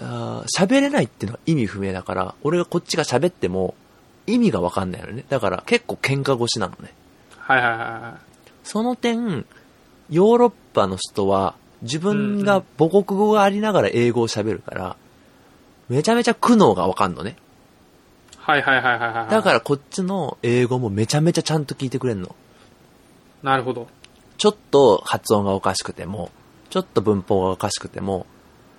[SPEAKER 2] あー喋れないっていうのは意味不明だから、俺がこっちが喋っても意味がわかんないのね。だから結構喧嘩越しなのね。
[SPEAKER 1] はいはいはいは
[SPEAKER 2] その点、ヨーロッパの人は自分が母国語がありながら英語を喋るから、めちゃめちゃ苦悩がわかんのね。
[SPEAKER 1] い。はいはいはいはいはい。。
[SPEAKER 2] だかららこっちの英語もめちゃめちゃちゃんと聞いてくれんの。
[SPEAKER 1] なるほど。
[SPEAKER 2] ちょっと発音がおかしくても、ちょっと文法がおかしくても、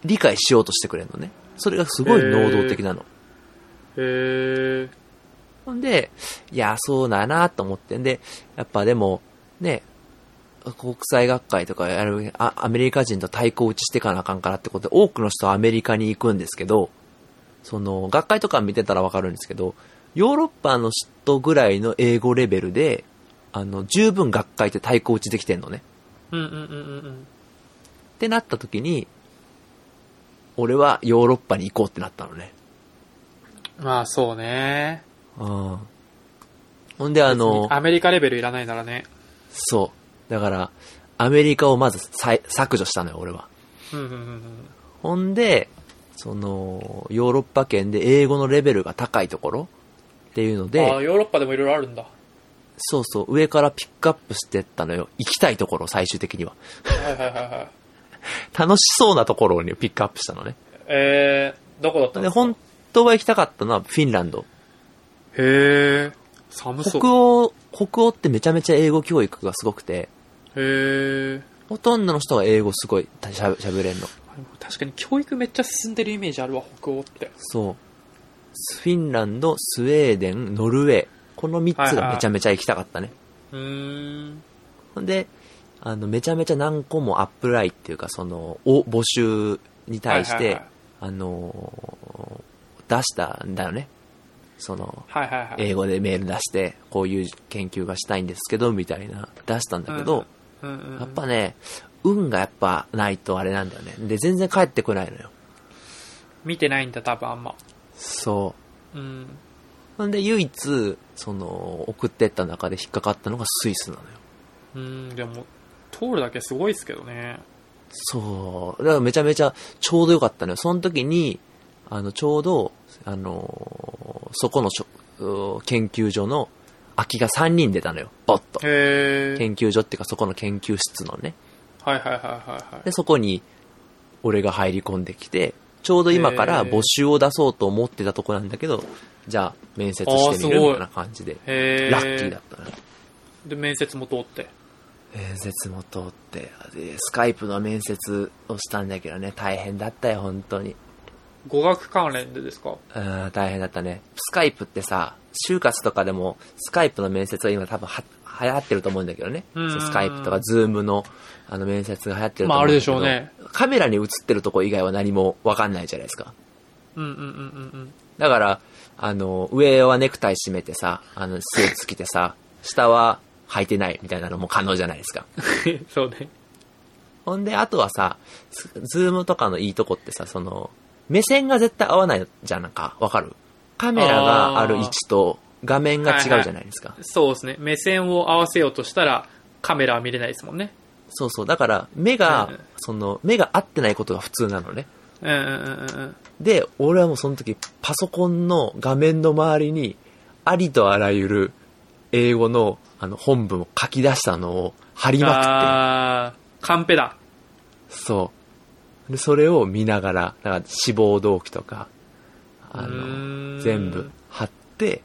[SPEAKER 2] 理解しようとしてくれんのね。それがすごい能動的なの。
[SPEAKER 1] へえ。
[SPEAKER 2] ほんで、いや、そうだなと思ってんで、やっぱでも、ね、国際学会とかやる、あアメリカ人と対抗打ちしてかなあかんからってことで、多くの人はアメリカに行くんですけど、その、学会とか見てたらわかるんですけど、ヨーロッパの人ぐらいの英語レベルで、あの、十分学会って対抗打ちできてんのね。
[SPEAKER 1] うんうんうんうんうん。
[SPEAKER 2] ってなった時に、俺はヨーロッパに行こうってなったのね。
[SPEAKER 1] まあそうね。
[SPEAKER 2] うん。ほんであの、
[SPEAKER 1] アメリカレベルいらないならね。
[SPEAKER 2] そう。だから、アメリカをまずさい削除したのよ、俺は。
[SPEAKER 1] うんうんうんうん。
[SPEAKER 2] ほんで、その、ヨーロッパ圏で英語のレベルが高いところっていうの
[SPEAKER 1] ああ、
[SPEAKER 2] で、
[SPEAKER 1] ヨーロッパでもいろいろあるんだ。
[SPEAKER 2] そうそう、上からピックアップしてったのよ。行きたいところ、最終的には。
[SPEAKER 1] はいはいはいはい。
[SPEAKER 2] 楽しそうなところにピックアップしたのね。
[SPEAKER 1] えー、どこだったん
[SPEAKER 2] で、
[SPEAKER 1] ですか
[SPEAKER 2] 本当は行きたかったのはフィンランド。
[SPEAKER 1] へえ。寒そう。
[SPEAKER 2] 北欧、北欧ってめちゃめちゃ英語教育がすごくて、
[SPEAKER 1] へえ。
[SPEAKER 2] ほとんどの人が英語すごいたしゃ喋れんの。
[SPEAKER 1] 確かに教育めっちゃ進んでるイメージあるわ、北欧って。
[SPEAKER 2] そう。フィンランド、スウェーデン、ノルウェー。この3つがめちゃめちゃ行きたかったね。
[SPEAKER 1] うーん。
[SPEAKER 2] ほんで、あの、めちゃめちゃ何個もアップライっていうか、その、を募集に対して、
[SPEAKER 1] はいはいはい
[SPEAKER 2] あのー出したんだよね。その、
[SPEAKER 1] はいはいはい。
[SPEAKER 2] 英語でメール出して、こういう研究がしたいんですけど、みたいな、出したんだけど、
[SPEAKER 1] うんうんうん
[SPEAKER 2] やっぱね、運がやっぱないとあれなんだよね。で、全然帰ってこないのよ。
[SPEAKER 1] 見てないんだ、多分あんま。
[SPEAKER 2] そう。
[SPEAKER 1] うん。
[SPEAKER 2] なんで唯一、その、送ってった中で引っかかったのがスイスなのよ。
[SPEAKER 1] うん、でも、通るだけすごいですけどね。
[SPEAKER 2] そう。だからめちゃめちゃちょうどよかったのよ。その時に、あの、ちょうど、あのーそこのしょう研究所の空きが3人出たのよ。ぼっと。
[SPEAKER 1] へえ。
[SPEAKER 2] 研究所っていうかそこの研究室のね。
[SPEAKER 1] はいはいはいはいはい
[SPEAKER 2] で、。そこに俺が入り込んできて、ちょうど今から
[SPEAKER 1] へー
[SPEAKER 2] 募集を出そうと思ってたとこなんだけど、じゃあ面接してみ
[SPEAKER 1] あーす
[SPEAKER 2] る
[SPEAKER 1] ごい
[SPEAKER 2] みたいな感じで、
[SPEAKER 1] へえ。
[SPEAKER 2] ラッキーだったのよ。
[SPEAKER 1] で、面接も通って。
[SPEAKER 2] 面接も通って、で、スカイプの面接をしたんだけどね、大変だったよ、本当に。
[SPEAKER 1] 語学関連でですか
[SPEAKER 2] うん、大変だったね。スカイプってさ、就活とかでも、スカイプの面接は今多分は流行ってると思うんだけどね。
[SPEAKER 1] うんうんうん
[SPEAKER 2] そうスカイプとか、ズームの、あの、面接が流行ってると思うんだけど。
[SPEAKER 1] まああるでしょうね。
[SPEAKER 2] カメラに映ってるとこ以外は何もわかんないじゃないですか。
[SPEAKER 1] うんうんうんうん
[SPEAKER 2] だから、あの、上はネクタイ締めてさ、あの、スーツ着て さ、下は履いてないみたいなのも可能じゃないですか。
[SPEAKER 1] うん。そうね。
[SPEAKER 2] ほほんで、あとはさ、ズズームとかのいいとこってさ、その、目線が絶対合わないじゃん、なんか、わかるカメラがある位置と画面が違うじゃないですか。
[SPEAKER 1] そうですね。目線を合わせようとしたら、カメラは見れないですもんね。
[SPEAKER 2] そうそう。だから、目が、
[SPEAKER 1] うん
[SPEAKER 2] その、目が合ってないことが普通なのね。
[SPEAKER 1] うんうんうんうん。
[SPEAKER 2] で、俺はもうその時、パソコンの画面の周りに、ありとあらゆる英語のあの本文を書き出したのを貼りま
[SPEAKER 1] あー、カンペだ。
[SPEAKER 2] くって、そう。で、それを見ながら、だから志望動機とか、あ
[SPEAKER 1] う
[SPEAKER 2] の、
[SPEAKER 1] ーん
[SPEAKER 2] 全部。貼って、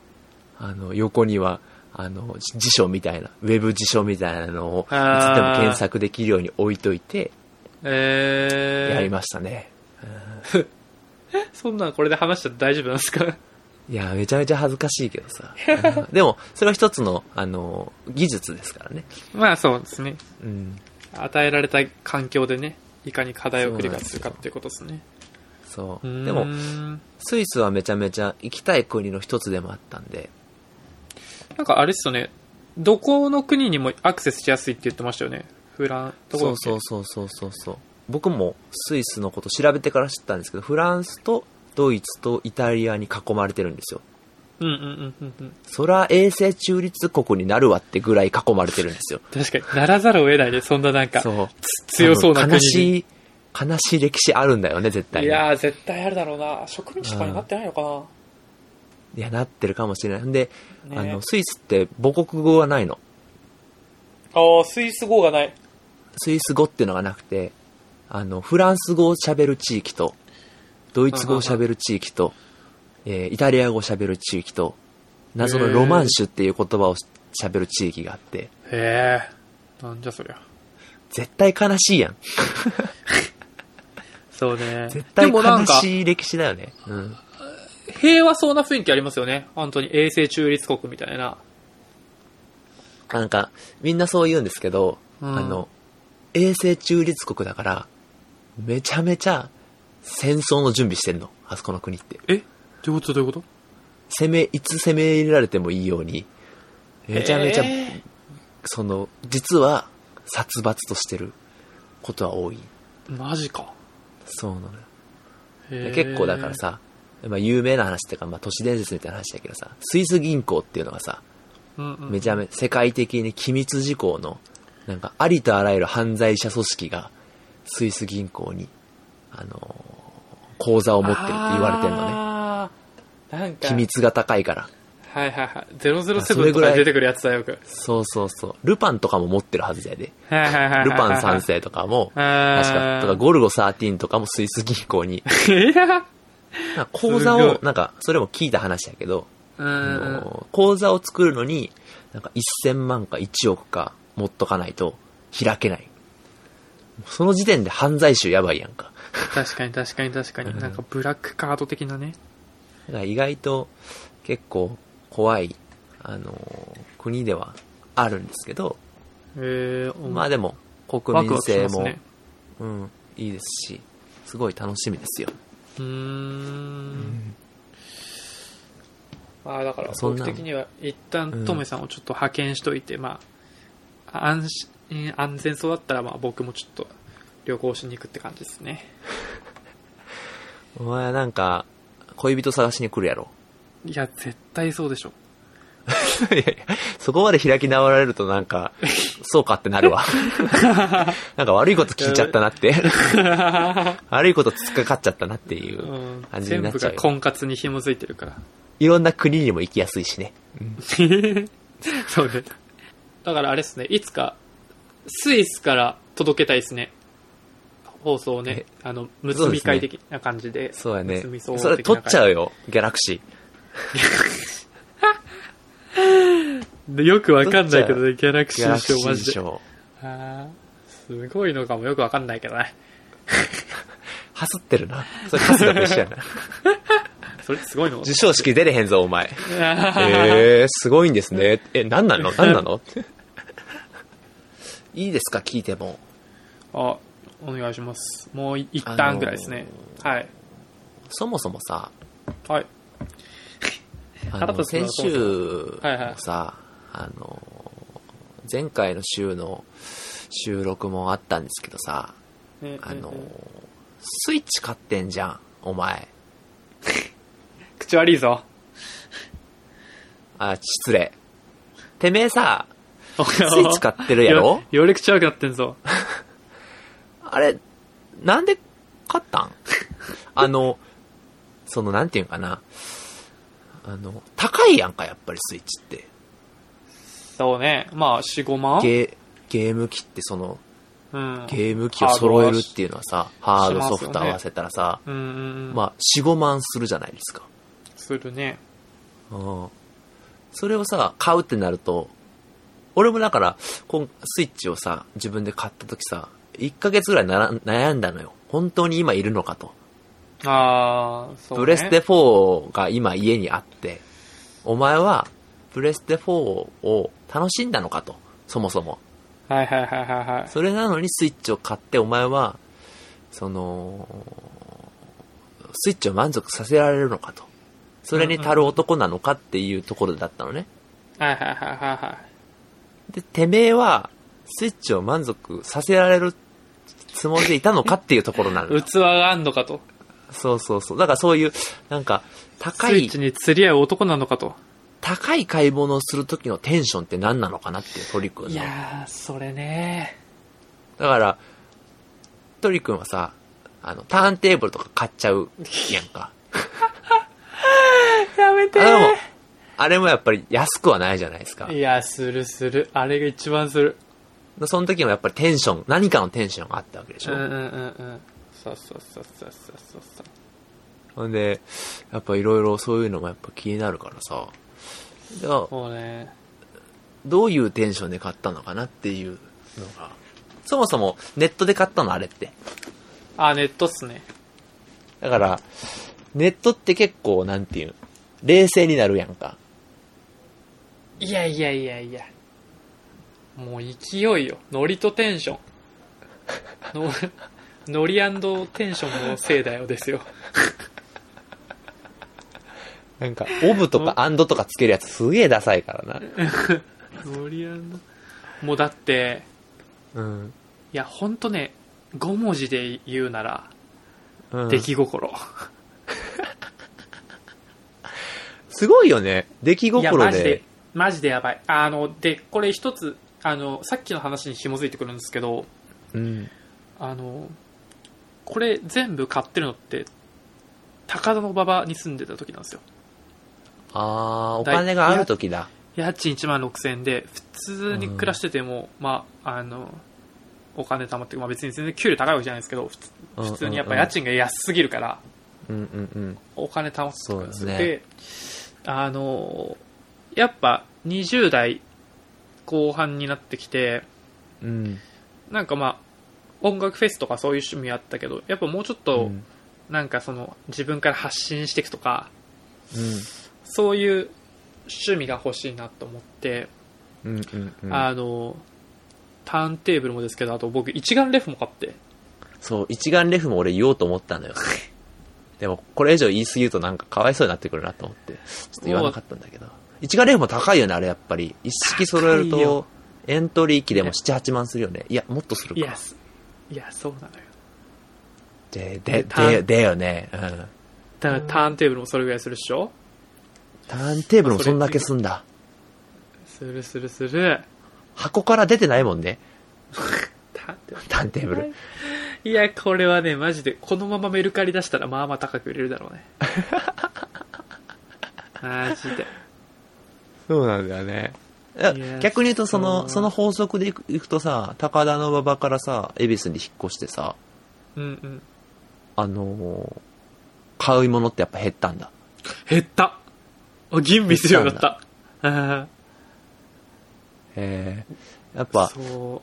[SPEAKER 2] あの、横には、あの、辞書みたいな、ウェブ辞書みたいなのを、いつでも検索できるように置いといて、
[SPEAKER 1] えー、
[SPEAKER 2] やりましたね。
[SPEAKER 1] そんなんこれで話しちゃって大丈夫なんですか
[SPEAKER 2] いや、めちゃめちゃ恥ずかしいけどさ。 うんでも、それは一つの、あの、技術ですからね。
[SPEAKER 1] まあそうですね。
[SPEAKER 2] うん。
[SPEAKER 1] 与えられた環境でね、いかに課題をクリアするかっていうことですね。
[SPEAKER 2] そう
[SPEAKER 1] ー
[SPEAKER 2] う。
[SPEAKER 1] ん
[SPEAKER 2] でも、スイスはめちゃめちゃ行きたい国の一つでもあったんで、
[SPEAKER 1] なんかあれっすよね、どこの国にもアクセスしやすいって言ってましたよね。フラン、どこだ
[SPEAKER 2] そ
[SPEAKER 1] っ
[SPEAKER 2] う
[SPEAKER 1] け
[SPEAKER 2] そうそうそうそうそう。僕もスイスのこと調べてから知ったんですけど、フランスとドイツとイタリアに囲まれてるんですよ。
[SPEAKER 1] うんうんうんうんうん。
[SPEAKER 2] そら衛星中立国になるわってぐらい囲まれてるんですよ。
[SPEAKER 1] 確かにならざるを得ないで、そんななんか、
[SPEAKER 2] そう。
[SPEAKER 1] 強そうな
[SPEAKER 2] あの
[SPEAKER 1] 国に。
[SPEAKER 2] 悲しい、悲しい歴史あるんだよね、絶対
[SPEAKER 1] い
[SPEAKER 2] に。
[SPEAKER 1] やー、絶対あるだろうな。植民地とかになってないのか
[SPEAKER 2] いや、なってるかもしれない。んで、
[SPEAKER 1] な。
[SPEAKER 2] あ
[SPEAKER 1] ね
[SPEAKER 2] の、スイスって母国語はないの。
[SPEAKER 1] あー、スイス語がない。
[SPEAKER 2] スイス語っていうのがなくて、あの、フランス語を喋る地域と、ドイツ語を喋る地域と、えーイタリア語を喋る地域と、謎のロマンシュっていう言葉を喋る地域があって、
[SPEAKER 1] へえ。なんじゃそりゃ。
[SPEAKER 2] 絶対悲しいやん。
[SPEAKER 1] そうね。
[SPEAKER 2] 絶対
[SPEAKER 1] でもな
[SPEAKER 2] 悲
[SPEAKER 1] んか、
[SPEAKER 2] しい歴史だよね。うん。
[SPEAKER 1] 平和そうな雰囲気ありますよね。本当に衛星中立国みたいな。
[SPEAKER 2] なんか、みんなそう言うんですけど、
[SPEAKER 1] うん
[SPEAKER 2] あの、衛星中立国だから、めちゃめちゃ戦争の準備してんの。あそこの国って。
[SPEAKER 1] えどういうことどういうこと
[SPEAKER 2] 攻め、いつ攻め入れられてもいいように、めちゃめちゃ、
[SPEAKER 1] え
[SPEAKER 2] その、実は、殺伐としてることは多い。
[SPEAKER 1] ーマジか。
[SPEAKER 2] そうなのよ。
[SPEAKER 1] へー
[SPEAKER 2] 結構だから。さ、まあ、有名な話っていうか、まあ、都市伝説みたいな話だけどさ、スイス銀行っていうのがさ、
[SPEAKER 1] うんうん、
[SPEAKER 2] めちゃめ、世界的に機密事項の、なんか、ありとあらゆる犯罪者組織が、スイス銀行に、あのー口座を持ってるって言われてるのね。
[SPEAKER 1] あーなんか、
[SPEAKER 2] 機。密が高いから。
[SPEAKER 1] はいはいはい。007
[SPEAKER 2] そ
[SPEAKER 1] と
[SPEAKER 2] れぐ
[SPEAKER 1] から
[SPEAKER 2] い
[SPEAKER 1] に出てくるやつだよ、よく。
[SPEAKER 2] そうそうそう。ルパンとかも持ってるはずだよね。
[SPEAKER 1] はいはいはいはいはい。
[SPEAKER 2] ルパン三世とかも、
[SPEAKER 1] あー
[SPEAKER 2] 確か、とかゴルゴ13とかもスイス銀 行に、
[SPEAKER 1] いや
[SPEAKER 2] なんか口座
[SPEAKER 1] すごい
[SPEAKER 2] を、なんか、それも聞いた話やけど、
[SPEAKER 1] う
[SPEAKER 2] あ
[SPEAKER 1] んうん。
[SPEAKER 2] の口座を作るのに、なんか1000万か1億か持っとかないと開けない。その時点で犯罪集やばいやんか。
[SPEAKER 1] 確かに確かに確かに。なんかブラックカード的なね。
[SPEAKER 2] だから意外と結構怖い、あの国ではあるんですけど、
[SPEAKER 1] えー、
[SPEAKER 2] まあでも国
[SPEAKER 1] ワク
[SPEAKER 2] 民
[SPEAKER 1] ワクし
[SPEAKER 2] 性
[SPEAKER 1] ます
[SPEAKER 2] も、
[SPEAKER 1] ね。
[SPEAKER 2] うん、いいですし、すごい楽しみですよ。
[SPEAKER 1] うーん。まあだから
[SPEAKER 2] そん
[SPEAKER 1] 僕
[SPEAKER 2] な
[SPEAKER 1] 的には一旦
[SPEAKER 2] ん
[SPEAKER 1] トメさんをちょっと派遣しといて、まあ、安心、安全そうだったらまあ僕もちょっと旅行しに行くって感じですね。
[SPEAKER 2] お前なんか、恋人探しに来るやろ。
[SPEAKER 1] いや、絶対そうでしょ。
[SPEAKER 2] いやいや そこまで開き直られるとなんか、そうかって なるわ。なんか悪いこと聞いちゃったなって。悪いことつっかかっちゃったなっていううん感じ
[SPEAKER 1] 全
[SPEAKER 2] になっ
[SPEAKER 1] 部
[SPEAKER 2] ちゃ
[SPEAKER 1] が
[SPEAKER 2] うよ。
[SPEAKER 1] 婚活に紐づいてるから。
[SPEAKER 2] いろんな国にも行きやすいしね。
[SPEAKER 1] そうね。だからあれですね、いつか、スイスから届けたいですね。放送をね、あの、結び会的な感じで。
[SPEAKER 2] そうやね
[SPEAKER 1] 結び。そう
[SPEAKER 2] それ取っちゃ
[SPEAKER 1] う。
[SPEAKER 2] うよ、ギャラクシ
[SPEAKER 1] でよくわかんないけどね、ギャラク
[SPEAKER 2] ー。
[SPEAKER 1] シ
[SPEAKER 2] ギャ
[SPEAKER 1] ー
[SPEAKER 2] ラクシ
[SPEAKER 1] 賞マ
[SPEAKER 2] ー
[SPEAKER 1] ジで。
[SPEAKER 2] 賞。
[SPEAKER 1] あーすごいのかもよくわかんないけどね。
[SPEAKER 2] はすってるな。それ春日と一 緒やな。
[SPEAKER 1] それすごいの
[SPEAKER 2] 授賞式出れへんぞ、お前。
[SPEAKER 1] え
[SPEAKER 2] えー、すごいんですね。え、なんなのなん なのいいですか、聞いても。
[SPEAKER 1] あ、お願いします。もう一旦ぐらいですね。はい。
[SPEAKER 2] そもそもさ、
[SPEAKER 1] はい。
[SPEAKER 2] あ
[SPEAKER 1] 腹
[SPEAKER 2] の
[SPEAKER 1] 立つな
[SPEAKER 2] 先週も
[SPEAKER 1] はいはい
[SPEAKER 2] さ、あの、前回の週の収録もあったんですけどさ、
[SPEAKER 1] ね
[SPEAKER 2] あの
[SPEAKER 1] ねね、
[SPEAKER 2] スイッチ買ってんじゃん、お前。
[SPEAKER 1] 口悪いぞ。
[SPEAKER 2] あ、失礼。てめえさ、
[SPEAKER 1] スイ
[SPEAKER 2] スイッチ買ってるやろ
[SPEAKER 1] よより口悪くなってんぞ。
[SPEAKER 2] あれ、なんで買ったん あの、その、なんていうんかな。あの、高いやんか、やっぱりスイッチって。
[SPEAKER 1] そうね。まあ、4、5万
[SPEAKER 2] ゲー、ゲーム機ってその、
[SPEAKER 1] うん。
[SPEAKER 2] ゲーム機を揃えるっていうのはさ、ハード、
[SPEAKER 1] します
[SPEAKER 2] ソ
[SPEAKER 1] よね
[SPEAKER 2] フト合わせたらさ、
[SPEAKER 1] うんうんうん。
[SPEAKER 2] まあ、4、5万するじゃないですか。
[SPEAKER 1] するね。
[SPEAKER 2] うん。それをさ、買うってなると、俺もだから、こんスイッチをさ、自分で買った時さ、1ヶ月ぐらいなら悩んだのよ。本当に今いるのかと。
[SPEAKER 1] あー、そう、ね。
[SPEAKER 2] プレステ4が今家にあって、お前はプレステ4を楽しんだのかと、そもそも。
[SPEAKER 1] はいはいはいはいはい。
[SPEAKER 2] それなのにスイッチを買ってお前は、その、スイッチを満足させられるのかと。それに足る男なのかっていうところだったのね。
[SPEAKER 1] はいはいはいはいは
[SPEAKER 2] で、てめえは、スイッチを満足させられるつもりでいたのかっていうところなの
[SPEAKER 1] い。
[SPEAKER 2] よ。
[SPEAKER 1] 器があんのかと。
[SPEAKER 2] そうそうそう。だからそういう、なんか、高
[SPEAKER 1] スイ
[SPEAKER 2] い
[SPEAKER 1] ッチ、に釣り合う男なのかと。
[SPEAKER 2] 高い買い物をする時のテンションって何なのかなっていう、トリ君の。
[SPEAKER 1] い
[SPEAKER 2] だ
[SPEAKER 1] やー、それね。
[SPEAKER 2] から、トリ君はさ、あの、ターンテーブルとか買っちゃうやんか。
[SPEAKER 1] やめて
[SPEAKER 2] あれも、あれもやっぱり安くはないじゃないですか
[SPEAKER 1] い。や、するする。あれが一番する。
[SPEAKER 2] その時もやっぱりテンション、何かのテンションがあったわけでし
[SPEAKER 1] うん
[SPEAKER 2] ょ。
[SPEAKER 1] うんうんうん。そうそうそうそうそうそうそう。
[SPEAKER 2] ほんで、やっぱいろいろそういうのもやっぱ気になるからさ。だから
[SPEAKER 1] そうね。
[SPEAKER 2] どういうテンションで買ったのかなっていうのが。そもそもネットで買ったのあれって。
[SPEAKER 1] あ、ネットっすね。
[SPEAKER 2] だから、ネットって結構なんていうん冷静になるやんか。
[SPEAKER 1] いやいやいやいや。もう勢いよ。ノリとテンショ ン。のノリテンションのせいだよですよ。
[SPEAKER 2] なんか、オブとかアンドとかつけるやつすげえダサいから
[SPEAKER 1] ノリもうだって、
[SPEAKER 2] な。うん。
[SPEAKER 1] いやほんとね、5文字で言うなら、
[SPEAKER 2] うん、
[SPEAKER 1] 出来心。
[SPEAKER 2] すごいよね。出来
[SPEAKER 1] いや、
[SPEAKER 2] 心
[SPEAKER 1] マジで
[SPEAKER 2] で。、
[SPEAKER 1] マジでやばい。あの、で、これ一つ、あの、さっきの話に紐づいてくるんですけど、
[SPEAKER 2] うん。
[SPEAKER 1] あの、これ全部買ってるのって、高田の馬場に住んでた時なんですよ。
[SPEAKER 2] あー、お金がある時だ。
[SPEAKER 1] 家賃1万6000円で、普通に暮らしてても、まあ、あの、お金貯まって、まあ別に全然給料高いわけじゃないですけど、普通普通にやっぱ家賃が安すぎるから、
[SPEAKER 2] うんうんうん。
[SPEAKER 1] お金貯まってくるんですよ。
[SPEAKER 2] そ
[SPEAKER 1] で
[SPEAKER 2] うで、
[SPEAKER 1] あの、やっぱ20代後半になってきて、
[SPEAKER 2] うん。
[SPEAKER 1] なんかまあ、音楽フェスとかそういう趣味あったけど、やっぱもうちょっ
[SPEAKER 2] う
[SPEAKER 1] と、
[SPEAKER 2] ん。
[SPEAKER 1] なんかその、自分から発信していくとか、
[SPEAKER 2] うん。
[SPEAKER 1] そういう趣味が欲しいなと思って、
[SPEAKER 2] うんうんうん。
[SPEAKER 1] あの、ターンテーブルもですけど、あと僕一眼レフも買って。
[SPEAKER 2] そう、一眼レフも俺言おうと思 ったのよ。でも、これ以上言い過ぎるとなんかかわいそうになってくるなと思って、ちょっと言わなかったんだけど。一眼レフも高いよね、あれやっぱり。一式揃える
[SPEAKER 1] 高いよ
[SPEAKER 2] と、エントリー機でも7、8万するよね。いや、もっとする
[SPEAKER 1] い
[SPEAKER 2] か
[SPEAKER 1] や、。すいや、そうなのよ。
[SPEAKER 2] で、で、
[SPEAKER 1] タ
[SPEAKER 2] で、でよね。うん。
[SPEAKER 1] だからターンテーブルもそれぐらいするっしょ
[SPEAKER 2] ターンテーブルもそんだけすんだ。
[SPEAKER 1] するするする。
[SPEAKER 2] 箱から出てないもんね、
[SPEAKER 1] ターンテー
[SPEAKER 2] ターンテーブ
[SPEAKER 1] ブ
[SPEAKER 2] ル。
[SPEAKER 1] ルいや、これはね、マジで、このままメルカリ出したら、まあまあ高く売れるだろう ね。マジで。
[SPEAKER 2] そうなんだよね
[SPEAKER 1] いや。
[SPEAKER 2] 逆に言うと、そ
[SPEAKER 1] そう
[SPEAKER 2] の、その法則でいくいくとさ、高田の馬場からさ、恵比寿に引っ越してさ、
[SPEAKER 1] うんうん。
[SPEAKER 2] あのー買うものってやっぱ減ったんだ。
[SPEAKER 1] 減ったあ、吟味するようになった。あ
[SPEAKER 2] へえ。やっ
[SPEAKER 1] あ
[SPEAKER 2] ぱ、
[SPEAKER 1] そ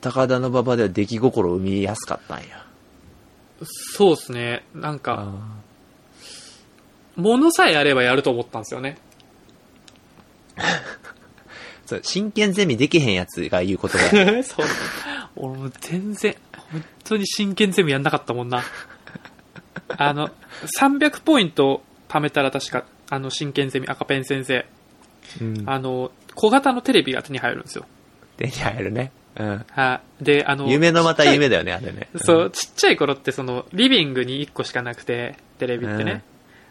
[SPEAKER 2] 高田の馬場では出来心を生みやすかったんや。
[SPEAKER 1] う、そうっすね。なんか、
[SPEAKER 2] あ
[SPEAKER 1] 物さえあればやると思ったんですよね。
[SPEAKER 2] そう、真剣ゼミできへんやつが言う言 葉や。
[SPEAKER 1] そう。俺もう全然、本当に真剣ゼミやんなかったも んな。あの、300ポイント貯めたら確か、あの、真剣ゼミ、赤ペン先生、
[SPEAKER 2] うん
[SPEAKER 1] あの、小型のテレビが手に入るんですよ。
[SPEAKER 2] 手に入るね。うん。
[SPEAKER 1] はい。で、あの、
[SPEAKER 2] 夢のまた
[SPEAKER 1] ちっちゃい
[SPEAKER 2] 夢だよね、あれね。
[SPEAKER 1] そう、ちっちゃい頃ってその、リビングに1個しかなくて、テレビってね。
[SPEAKER 2] うん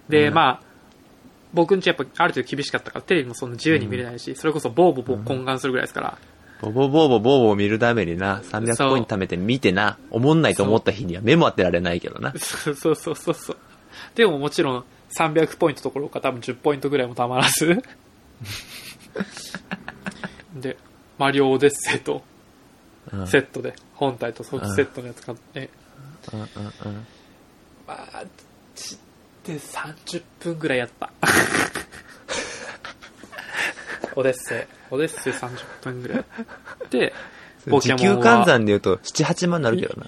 [SPEAKER 1] で、
[SPEAKER 2] うん
[SPEAKER 1] まあ、僕んちやっぱある程度厳しかったから、テレビもそんな自由に見れないし、それこそボーボーボー懇願するぐらいですから。
[SPEAKER 2] ボボボーボーボーボー見るためにな、
[SPEAKER 1] そ
[SPEAKER 2] 300
[SPEAKER 1] う
[SPEAKER 2] ポイント貯めて見てな、思んないと思った日には目も当てられないけどな。
[SPEAKER 1] そうそうそうそうそう。でももちろん、300ポイントどころか多分10ポイントぐらいもたまらず。 で、マリオオデッセイと
[SPEAKER 2] うん。うんうん
[SPEAKER 1] セットで、本体とソフトセットのやつ買って、
[SPEAKER 2] うん
[SPEAKER 1] まあ、ちって30分ぐらいやった。 オデッセイ。オデッセイ30分ぐらい。 で、ポケ
[SPEAKER 2] 時
[SPEAKER 1] モンは
[SPEAKER 2] 給換算で言うと7、8万になるけどな。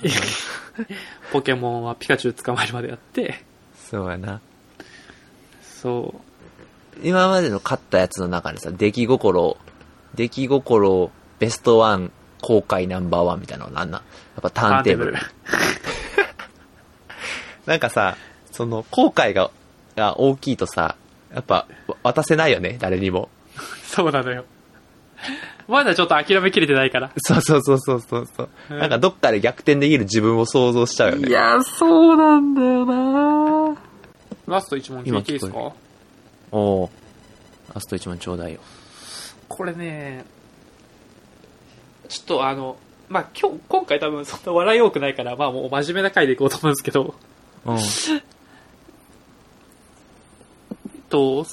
[SPEAKER 1] ポケモンはピカチュウ捕まえるまでやって、
[SPEAKER 2] そうやな。
[SPEAKER 1] そう。
[SPEAKER 2] 今までの勝ったやつの中でさ、出来心、出来心、ベストワン、公開ナンバーワンみたいなのなんなんやっぱターンテーブル。なんかさ、その、後悔が、が大きいとさ、やっぱ、わ渡せないよね、誰にも。
[SPEAKER 1] そうなのよ。まだちょっと諦めきれてないから。
[SPEAKER 2] そうそうそうそうそうそう。
[SPEAKER 1] うん
[SPEAKER 2] なんかどっかで逆転できる自分を想像しちゃうよね。
[SPEAKER 1] や、そうなんだよなラスト1問聞いていいです
[SPEAKER 2] 今
[SPEAKER 1] か
[SPEAKER 2] おお。ラスト一問ちょうだいよ。
[SPEAKER 1] これね、ちょっとあの、まあ、今日、今回多分そんな笑い多くないから、まあもう真面目な回でいこうと思うんですけど、
[SPEAKER 2] うん。
[SPEAKER 1] えっと、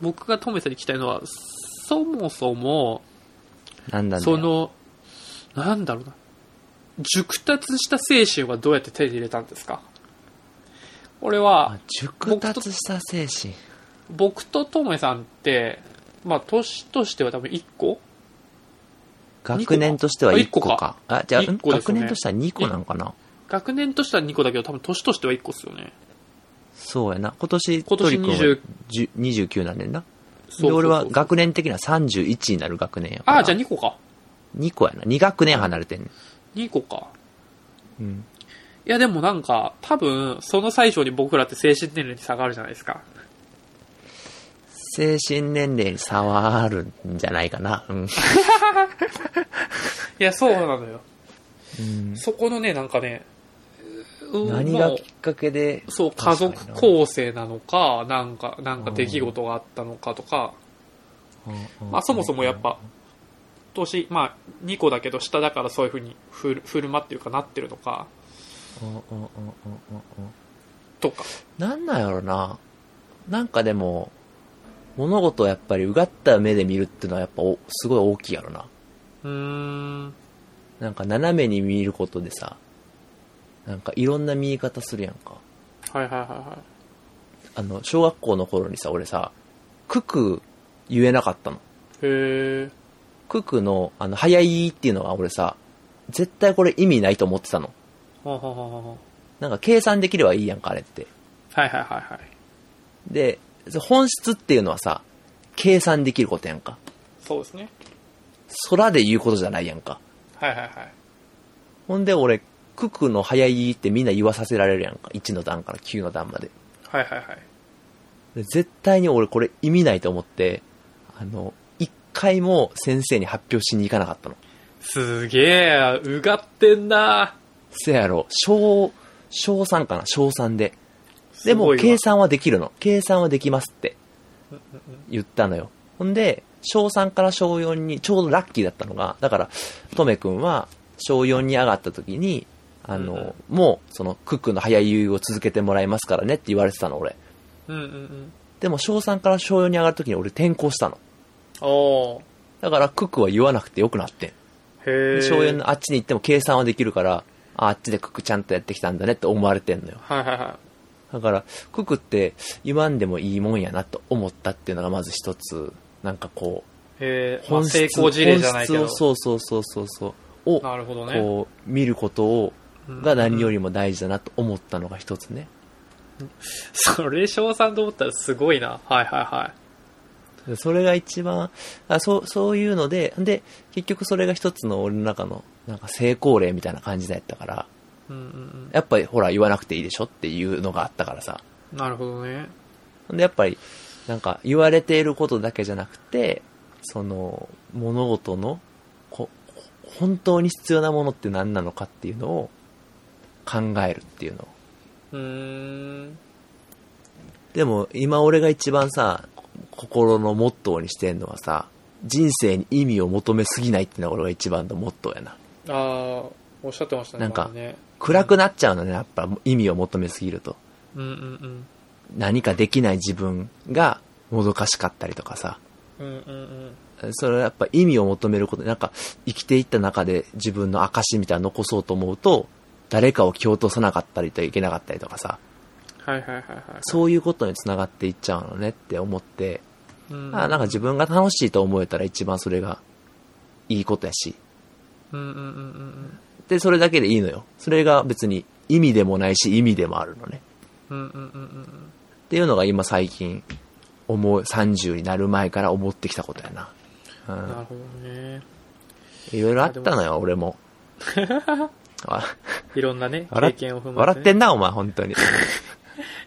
[SPEAKER 1] 僕がトメさんに聞きたいのは、そもそも、
[SPEAKER 2] なんだね。
[SPEAKER 1] そ、の、なんだろうな。熟達した精神はどうやって手に入れたんですかこれは
[SPEAKER 2] あ、、熟達した精神。
[SPEAKER 1] 僕とともえさんって、まあ、年としては多分1個
[SPEAKER 2] 学年としては1個
[SPEAKER 1] あ一個
[SPEAKER 2] か
[SPEAKER 1] か。
[SPEAKER 2] あ、じゃあ、
[SPEAKER 1] 一
[SPEAKER 2] ん
[SPEAKER 1] 個ですよ
[SPEAKER 2] 学
[SPEAKER 1] ね
[SPEAKER 2] 年としては2個なんかな。
[SPEAKER 1] 学年としては2個だけど、多分年としては1個っすよね。
[SPEAKER 2] そうやな。今年、
[SPEAKER 1] 今年
[SPEAKER 2] トリ君は
[SPEAKER 1] 20
[SPEAKER 2] 10 29なんねんな。
[SPEAKER 1] そうそうそう
[SPEAKER 2] で、俺は学年的には31になる学年やから。
[SPEAKER 1] ああ、じゃあ2個か。
[SPEAKER 2] 2個やな。2学年離れてんね
[SPEAKER 1] 2個か。
[SPEAKER 2] ん。うん。
[SPEAKER 1] いや、でもなんか、多分、その最初に僕らって精神年齢に差があるじゃないですか。
[SPEAKER 2] 精神年齢に差はあるんじゃないかな。うん。
[SPEAKER 1] いや、そうなのよ。そこのね、なんかね、うー
[SPEAKER 2] 何
[SPEAKER 1] も
[SPEAKER 2] が
[SPEAKER 1] う
[SPEAKER 2] きっかけで。
[SPEAKER 1] そう、家
[SPEAKER 2] 確かにな
[SPEAKER 1] 族構成なのか、なんか、なんか出来事があったのかとか、まあそもそもやっぱ、年、まあ2個だけど下だからそういうふうに振る振る舞っていうかなってるのか、
[SPEAKER 2] うんうんうんうんうんうん。
[SPEAKER 1] とか。
[SPEAKER 2] なんなんやろな。なんかでも、物事をやっぱりうがった目で見るっていうのはやっぱおすごい大きいやろな。
[SPEAKER 1] うーん。
[SPEAKER 2] なんか斜めに見ることでさ、なんかいろんな見え方するやんか。
[SPEAKER 1] はいはいはいは
[SPEAKER 2] あの、小学校の頃にさ、俺さ、クク言えなかったの。
[SPEAKER 1] い。へえ。
[SPEAKER 2] ククの、あの、早いっていうのは俺さ、絶対これ意味ないと思ってたの。
[SPEAKER 1] はははは
[SPEAKER 2] なんか計算できればいいやんか、あれって。
[SPEAKER 1] はいはいはいはい。
[SPEAKER 2] で、本質っていうのはさ、計算できることやんか。
[SPEAKER 1] そうですね。
[SPEAKER 2] 空で言うことじゃないやんか。
[SPEAKER 1] はいはいはい。
[SPEAKER 2] ほんで俺、ククの早いってみんな言わさせられるやんか。1の段から9の段まで。
[SPEAKER 1] はいはいはい。
[SPEAKER 2] で絶対に俺これ意味ないと思って、あの、一回も先生に発表しに行かなかったの。
[SPEAKER 1] すげえ、うがってんな
[SPEAKER 2] せやろ、小、小3かな小3で。でも、
[SPEAKER 1] すごい
[SPEAKER 2] 計
[SPEAKER 1] わ
[SPEAKER 2] 算はできるの。計算はできますって言ったのよ。ほんで、小3から小4に、ちょうどラッキーだったのが、だから、とめくんは、小4に上がった時に、あの、
[SPEAKER 1] うんうん
[SPEAKER 2] もう、その、クックの早い優を続けてもらいますからねって言われてたの、俺。
[SPEAKER 1] うんうんうん。
[SPEAKER 2] でも、小3から小4に上がる時に俺転校したの。
[SPEAKER 1] おー。
[SPEAKER 2] だから、クックは言わなくてよくなってん。
[SPEAKER 1] へえ。
[SPEAKER 2] 小4のあっちに行っても計算はできるから、ああっちでクックちゃんとやってきたんだねって思われてんのよ。
[SPEAKER 1] はいはいはい。
[SPEAKER 2] だから、ククって言わんでもいいもんやなと思ったっていうのがまず一つ、なんかこ
[SPEAKER 1] え
[SPEAKER 2] う、
[SPEAKER 1] ー、まあ、成功事例じゃないけど
[SPEAKER 2] 本。質をそうそうそうそうそう、を、
[SPEAKER 1] なるほどね。
[SPEAKER 2] こう、見ることを、
[SPEAKER 1] うん
[SPEAKER 2] が何よりも大事だなと思ったのが一つね。
[SPEAKER 1] それ、賞賛と思ったらすごいな。はいはいはい。
[SPEAKER 2] それが一番、あそう、そういうので、で、結局それが一つの俺の中の、なんか成功例みたいな感じだったから、
[SPEAKER 1] うんうん
[SPEAKER 2] やっぱりほら言わなくていいでしょっていうのがあったからさ。
[SPEAKER 1] うん。なるほどね。
[SPEAKER 2] で、やっぱり、なんか、言われていることだけじゃなくて、その、物事の、こ、こ本当に必要なものって何なのかっていうのを考えるっていうのを
[SPEAKER 1] うーん。
[SPEAKER 2] でも今俺が一番さ心のモットーにしてんのはさ人生に意味を求めすぎないっていうのが俺が一番のモットーやな
[SPEAKER 1] ああ、おっしゃってましたね。
[SPEAKER 2] なんか
[SPEAKER 1] 前ね、
[SPEAKER 2] 暗くなっちゃうのねやっぱ意味を求めすぎると
[SPEAKER 1] うんうん
[SPEAKER 2] 何かできない自分がもどかしかったりとかさ
[SPEAKER 1] うん。うんうんうん。
[SPEAKER 2] それはやっぱ意味を求めることなんか生きていった中で自分の証みたいなの残そうと思うと誰かを蹴落とさなかったりといけなかったりとかさ
[SPEAKER 1] はいはいはいはい。
[SPEAKER 2] そういうことにつながっていっちゃうのねって思って
[SPEAKER 1] うん
[SPEAKER 2] あなんか自分が楽しいと思えたら一番それがいいことやし。
[SPEAKER 1] うんうんうんうん
[SPEAKER 2] で、それだけでいいのよ。それが別に意味でもないし意味でもあるのね。
[SPEAKER 1] うん。うんうんうんうん
[SPEAKER 2] っていうのが今最近思う、30になる前から思ってきたことやな。う
[SPEAKER 1] うん。な
[SPEAKER 2] ん
[SPEAKER 1] るほどね。
[SPEAKER 2] いろいろあったのよ、俺も。わ
[SPEAKER 1] いろんなね、
[SPEAKER 2] 笑
[SPEAKER 1] 経
[SPEAKER 2] っ
[SPEAKER 1] 験を踏まえてね。
[SPEAKER 2] 笑ってんな、お前、本当に。い
[SPEAKER 1] い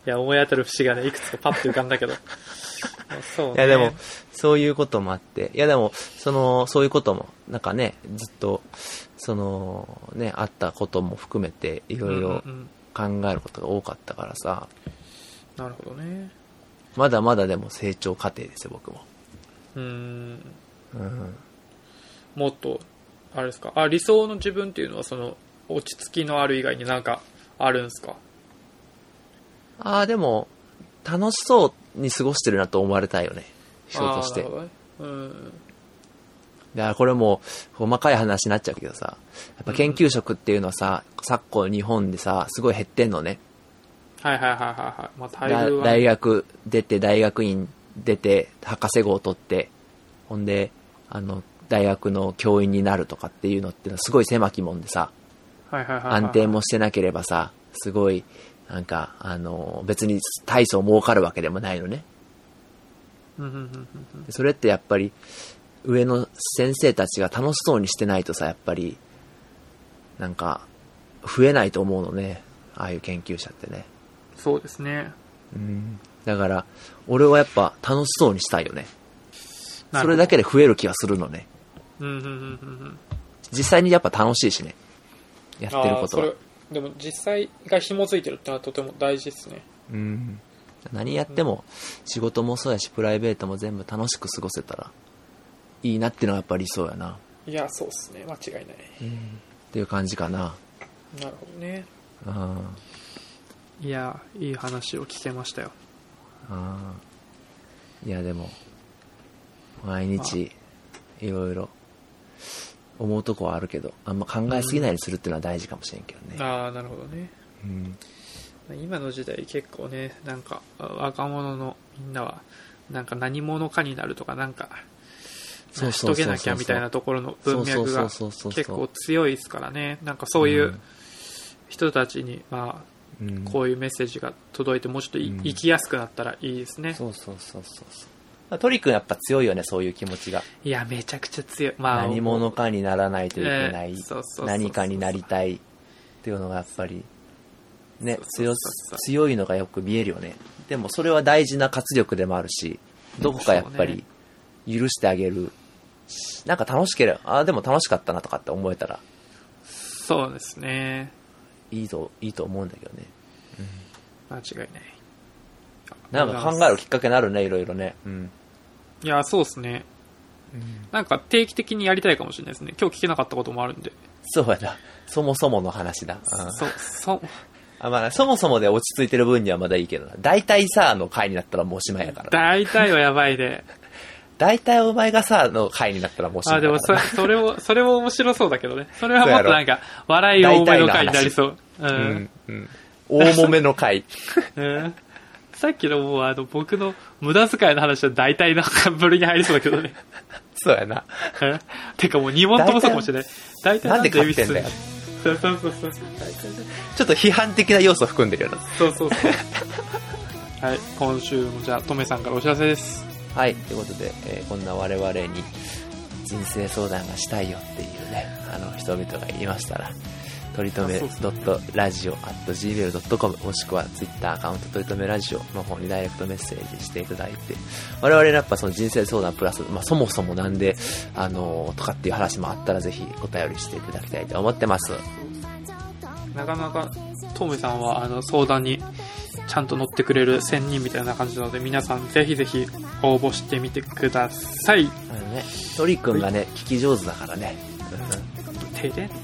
[SPEAKER 1] や、思い当たる節がね、いくつかパッと浮かんだけ ど。そうね。
[SPEAKER 2] や、でも、そういうこともあって。いや、でも、その、そういうことも、なんかね、ずっと、その、ね、あったことも含めて、い
[SPEAKER 1] うんう
[SPEAKER 2] ろ
[SPEAKER 1] ん
[SPEAKER 2] い
[SPEAKER 1] うん、
[SPEAKER 2] ろ考えることが多かったからさ、
[SPEAKER 1] なるほどね。
[SPEAKER 2] まだまだでも成長過程ですよ、僕も。
[SPEAKER 1] うーん。
[SPEAKER 2] うん。
[SPEAKER 1] もっと、あれですか。あ、理想の自分っていうのは、その、落ち着きのある以外になんか、あるんですか
[SPEAKER 2] ああ、でも、楽しそうに過ごしてるなと思われたいよね。仕事し
[SPEAKER 1] あー。
[SPEAKER 2] て
[SPEAKER 1] なるほどねうん。
[SPEAKER 2] だからこれも、細かい話になっちゃうけどさ、やっぱ研究職っていうのはさ、昨今日本でさ、すごい減ってんのね。
[SPEAKER 1] はいはいはいはいはい。まあ、
[SPEAKER 2] だ
[SPEAKER 1] 待遇は、
[SPEAKER 2] 大学出て、大学院出て、博士号を取って、ほんで、あの、大学の教員になるとかっていうのってのはすごい狭きもんでさ、
[SPEAKER 1] はいはいはいはい、
[SPEAKER 2] 安定もしてなければさ、すごい、なんか、あの、別に大層儲かるわけでもないのね。
[SPEAKER 1] うんうんうんうんうん。
[SPEAKER 2] それってやっぱり、上の先生たちが楽しそうにしてないとさ、やっぱり、なんか、増えないと思うのね。ああいう研究者ってね。
[SPEAKER 1] そうですね。
[SPEAKER 2] うん。だから、俺はやっぱ楽しそうにしたいよね。
[SPEAKER 1] なるほど
[SPEAKER 2] それだけで増える気がするのね。
[SPEAKER 1] うんうんうんうんうん。
[SPEAKER 2] 実際にやっぱ楽しいしね。やって
[SPEAKER 1] あ
[SPEAKER 2] るこ
[SPEAKER 1] ー
[SPEAKER 2] と
[SPEAKER 1] そ
[SPEAKER 2] は
[SPEAKER 1] れ。、でも実際が紐づいてるってのはとても大事ですね。
[SPEAKER 2] うん。何やっても、仕事もそうやし、プライベートも全部楽しく過ごせたら、いいなっていうのがやっぱり理想やな。
[SPEAKER 1] いや、そうですね。間違いない。
[SPEAKER 2] っていう感じかな。
[SPEAKER 1] なるほどね。
[SPEAKER 2] うん。
[SPEAKER 1] いや、いい話を聞けましたよ。
[SPEAKER 2] ああ。いや、でも、毎日、いろいろ、思うとこはあるけど、あんま考えすぎないようにするっていうのは大事かもしれんけどね。
[SPEAKER 1] ああ、なるほどね。
[SPEAKER 2] うん。
[SPEAKER 1] 今の時代結構ね、なんか、若者のみんなは、なんか何者かになるとか、なんか、
[SPEAKER 2] そ
[SPEAKER 1] 成
[SPEAKER 2] う
[SPEAKER 1] し
[SPEAKER 2] そうそうそう
[SPEAKER 1] 遂げなきゃみたいなところの文脈が
[SPEAKER 2] そうそうそうそうそう
[SPEAKER 1] 結構強いですからね。なんかそういううん人たちに、ま
[SPEAKER 2] うん
[SPEAKER 1] あ、こういうメッセージが届いて、もうちょっとい
[SPEAKER 2] うん
[SPEAKER 1] 生きやすくなったらいいですね。
[SPEAKER 2] そうそうそうそうそう。まあトリ君やっぱ強いよね、そういう気持ちが。
[SPEAKER 1] いや、めちゃくちゃ強い。まあ、
[SPEAKER 2] 何者かにならないといけな
[SPEAKER 1] ええ
[SPEAKER 2] い
[SPEAKER 1] そうそうそうそ。う
[SPEAKER 2] 何かになりたいっていうのがやっぱり、ね
[SPEAKER 1] そう、そうそ
[SPEAKER 2] 強
[SPEAKER 1] うそう、
[SPEAKER 2] 強いのがよく見えるよね。でもそれは大事な活力でもあるし、どこかやっぱり許してあげる。なんか楽しければ、ああ、でも楽しかったなとかって思えたら
[SPEAKER 1] そうですね。
[SPEAKER 2] いいと、いいと思うんだけどね。
[SPEAKER 1] 間違いない。
[SPEAKER 2] なんか考えるきっかけになるね、いろいろね。うん。
[SPEAKER 1] いや、そうですね。なんか定期的にやりたいかもしれないですね。今日聞けなかったこともあるんで。
[SPEAKER 2] そうやな。そもそもの話だ。うん
[SPEAKER 1] そ、そ、
[SPEAKER 2] あまあ、そもそもで落ち着いてる分にはまだいいけどな。大体さ、の回になったらもうおしまいやから。
[SPEAKER 1] 大体はやばいで。
[SPEAKER 2] 大体お前がさ、の回になったらもうおしまい
[SPEAKER 1] あ、
[SPEAKER 2] やか
[SPEAKER 1] で
[SPEAKER 2] ら
[SPEAKER 1] もそ、それも、それも面白そうだけどね。それはもっとなんか、笑い多めの回になりそう。う
[SPEAKER 2] うんん。。うん。大揉めの回。
[SPEAKER 1] うん。さっきのもう、あの、僕の無駄遣いの話は大体のぶりに入りそうだけどね。
[SPEAKER 2] そうやな。
[SPEAKER 1] うんてかもう2問ともそうかもしれない。大体
[SPEAKER 2] なんで勝ってん
[SPEAKER 1] 恵比寿
[SPEAKER 2] だよ。
[SPEAKER 1] そうそうそうそう。大体
[SPEAKER 2] ちょっと批判的な要素含んでるよな。
[SPEAKER 1] そうそうそう。はい、今週もじゃあ、トメさんからお知らせです。
[SPEAKER 2] はい。ということで、えーこんな我々に人生相談がしたいよっていうね、あの人々がいましたら、とりとめ
[SPEAKER 1] あそうそ
[SPEAKER 2] .radio.gmail.com もしくは Twitter アカウントとりとめラジオの方にダイレクトメッセージしていただいて、我々やっぱその人生相談プラス、まあそもそもなんで、あのーとかっていう話もあったらぜひお便りしていただきたいと思ってます。
[SPEAKER 1] なかなか、トムさんは、あの、相談に、ちゃんと乗ってくれる仙人みたいな感じなので、皆さんぜひぜひ応募してみてください。
[SPEAKER 2] あのね、トリくんがね、聞き上手だからね。うん
[SPEAKER 1] てれんな。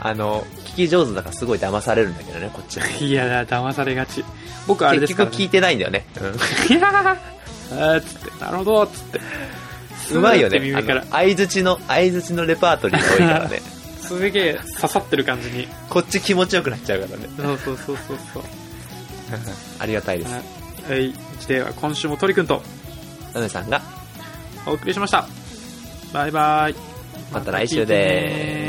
[SPEAKER 2] あの、聞き上手だからすごい騙されるんだけどね、こっちは。
[SPEAKER 1] いやだ、騙されがち。僕あれで
[SPEAKER 2] 結
[SPEAKER 1] すか
[SPEAKER 2] 局
[SPEAKER 1] ら、
[SPEAKER 2] 聞い
[SPEAKER 1] ね、
[SPEAKER 2] てないんだよね。うん
[SPEAKER 1] い やーあーつって、なるほど、つって。
[SPEAKER 2] うまいよね
[SPEAKER 1] スーッて。
[SPEAKER 2] あ
[SPEAKER 1] 耳から
[SPEAKER 2] の、相づちの、相づちのレパートリーが多いから ね。
[SPEAKER 1] すげえ刺さってる感じに。
[SPEAKER 2] こっち気持ちよくなっちゃうからね。
[SPEAKER 1] そうそうそうそうそう。
[SPEAKER 2] ありがたいです。
[SPEAKER 1] はい。では、今週もトリくんと
[SPEAKER 2] なめさんが、
[SPEAKER 1] お送りしました。バイバイ。
[SPEAKER 2] また来週でーす。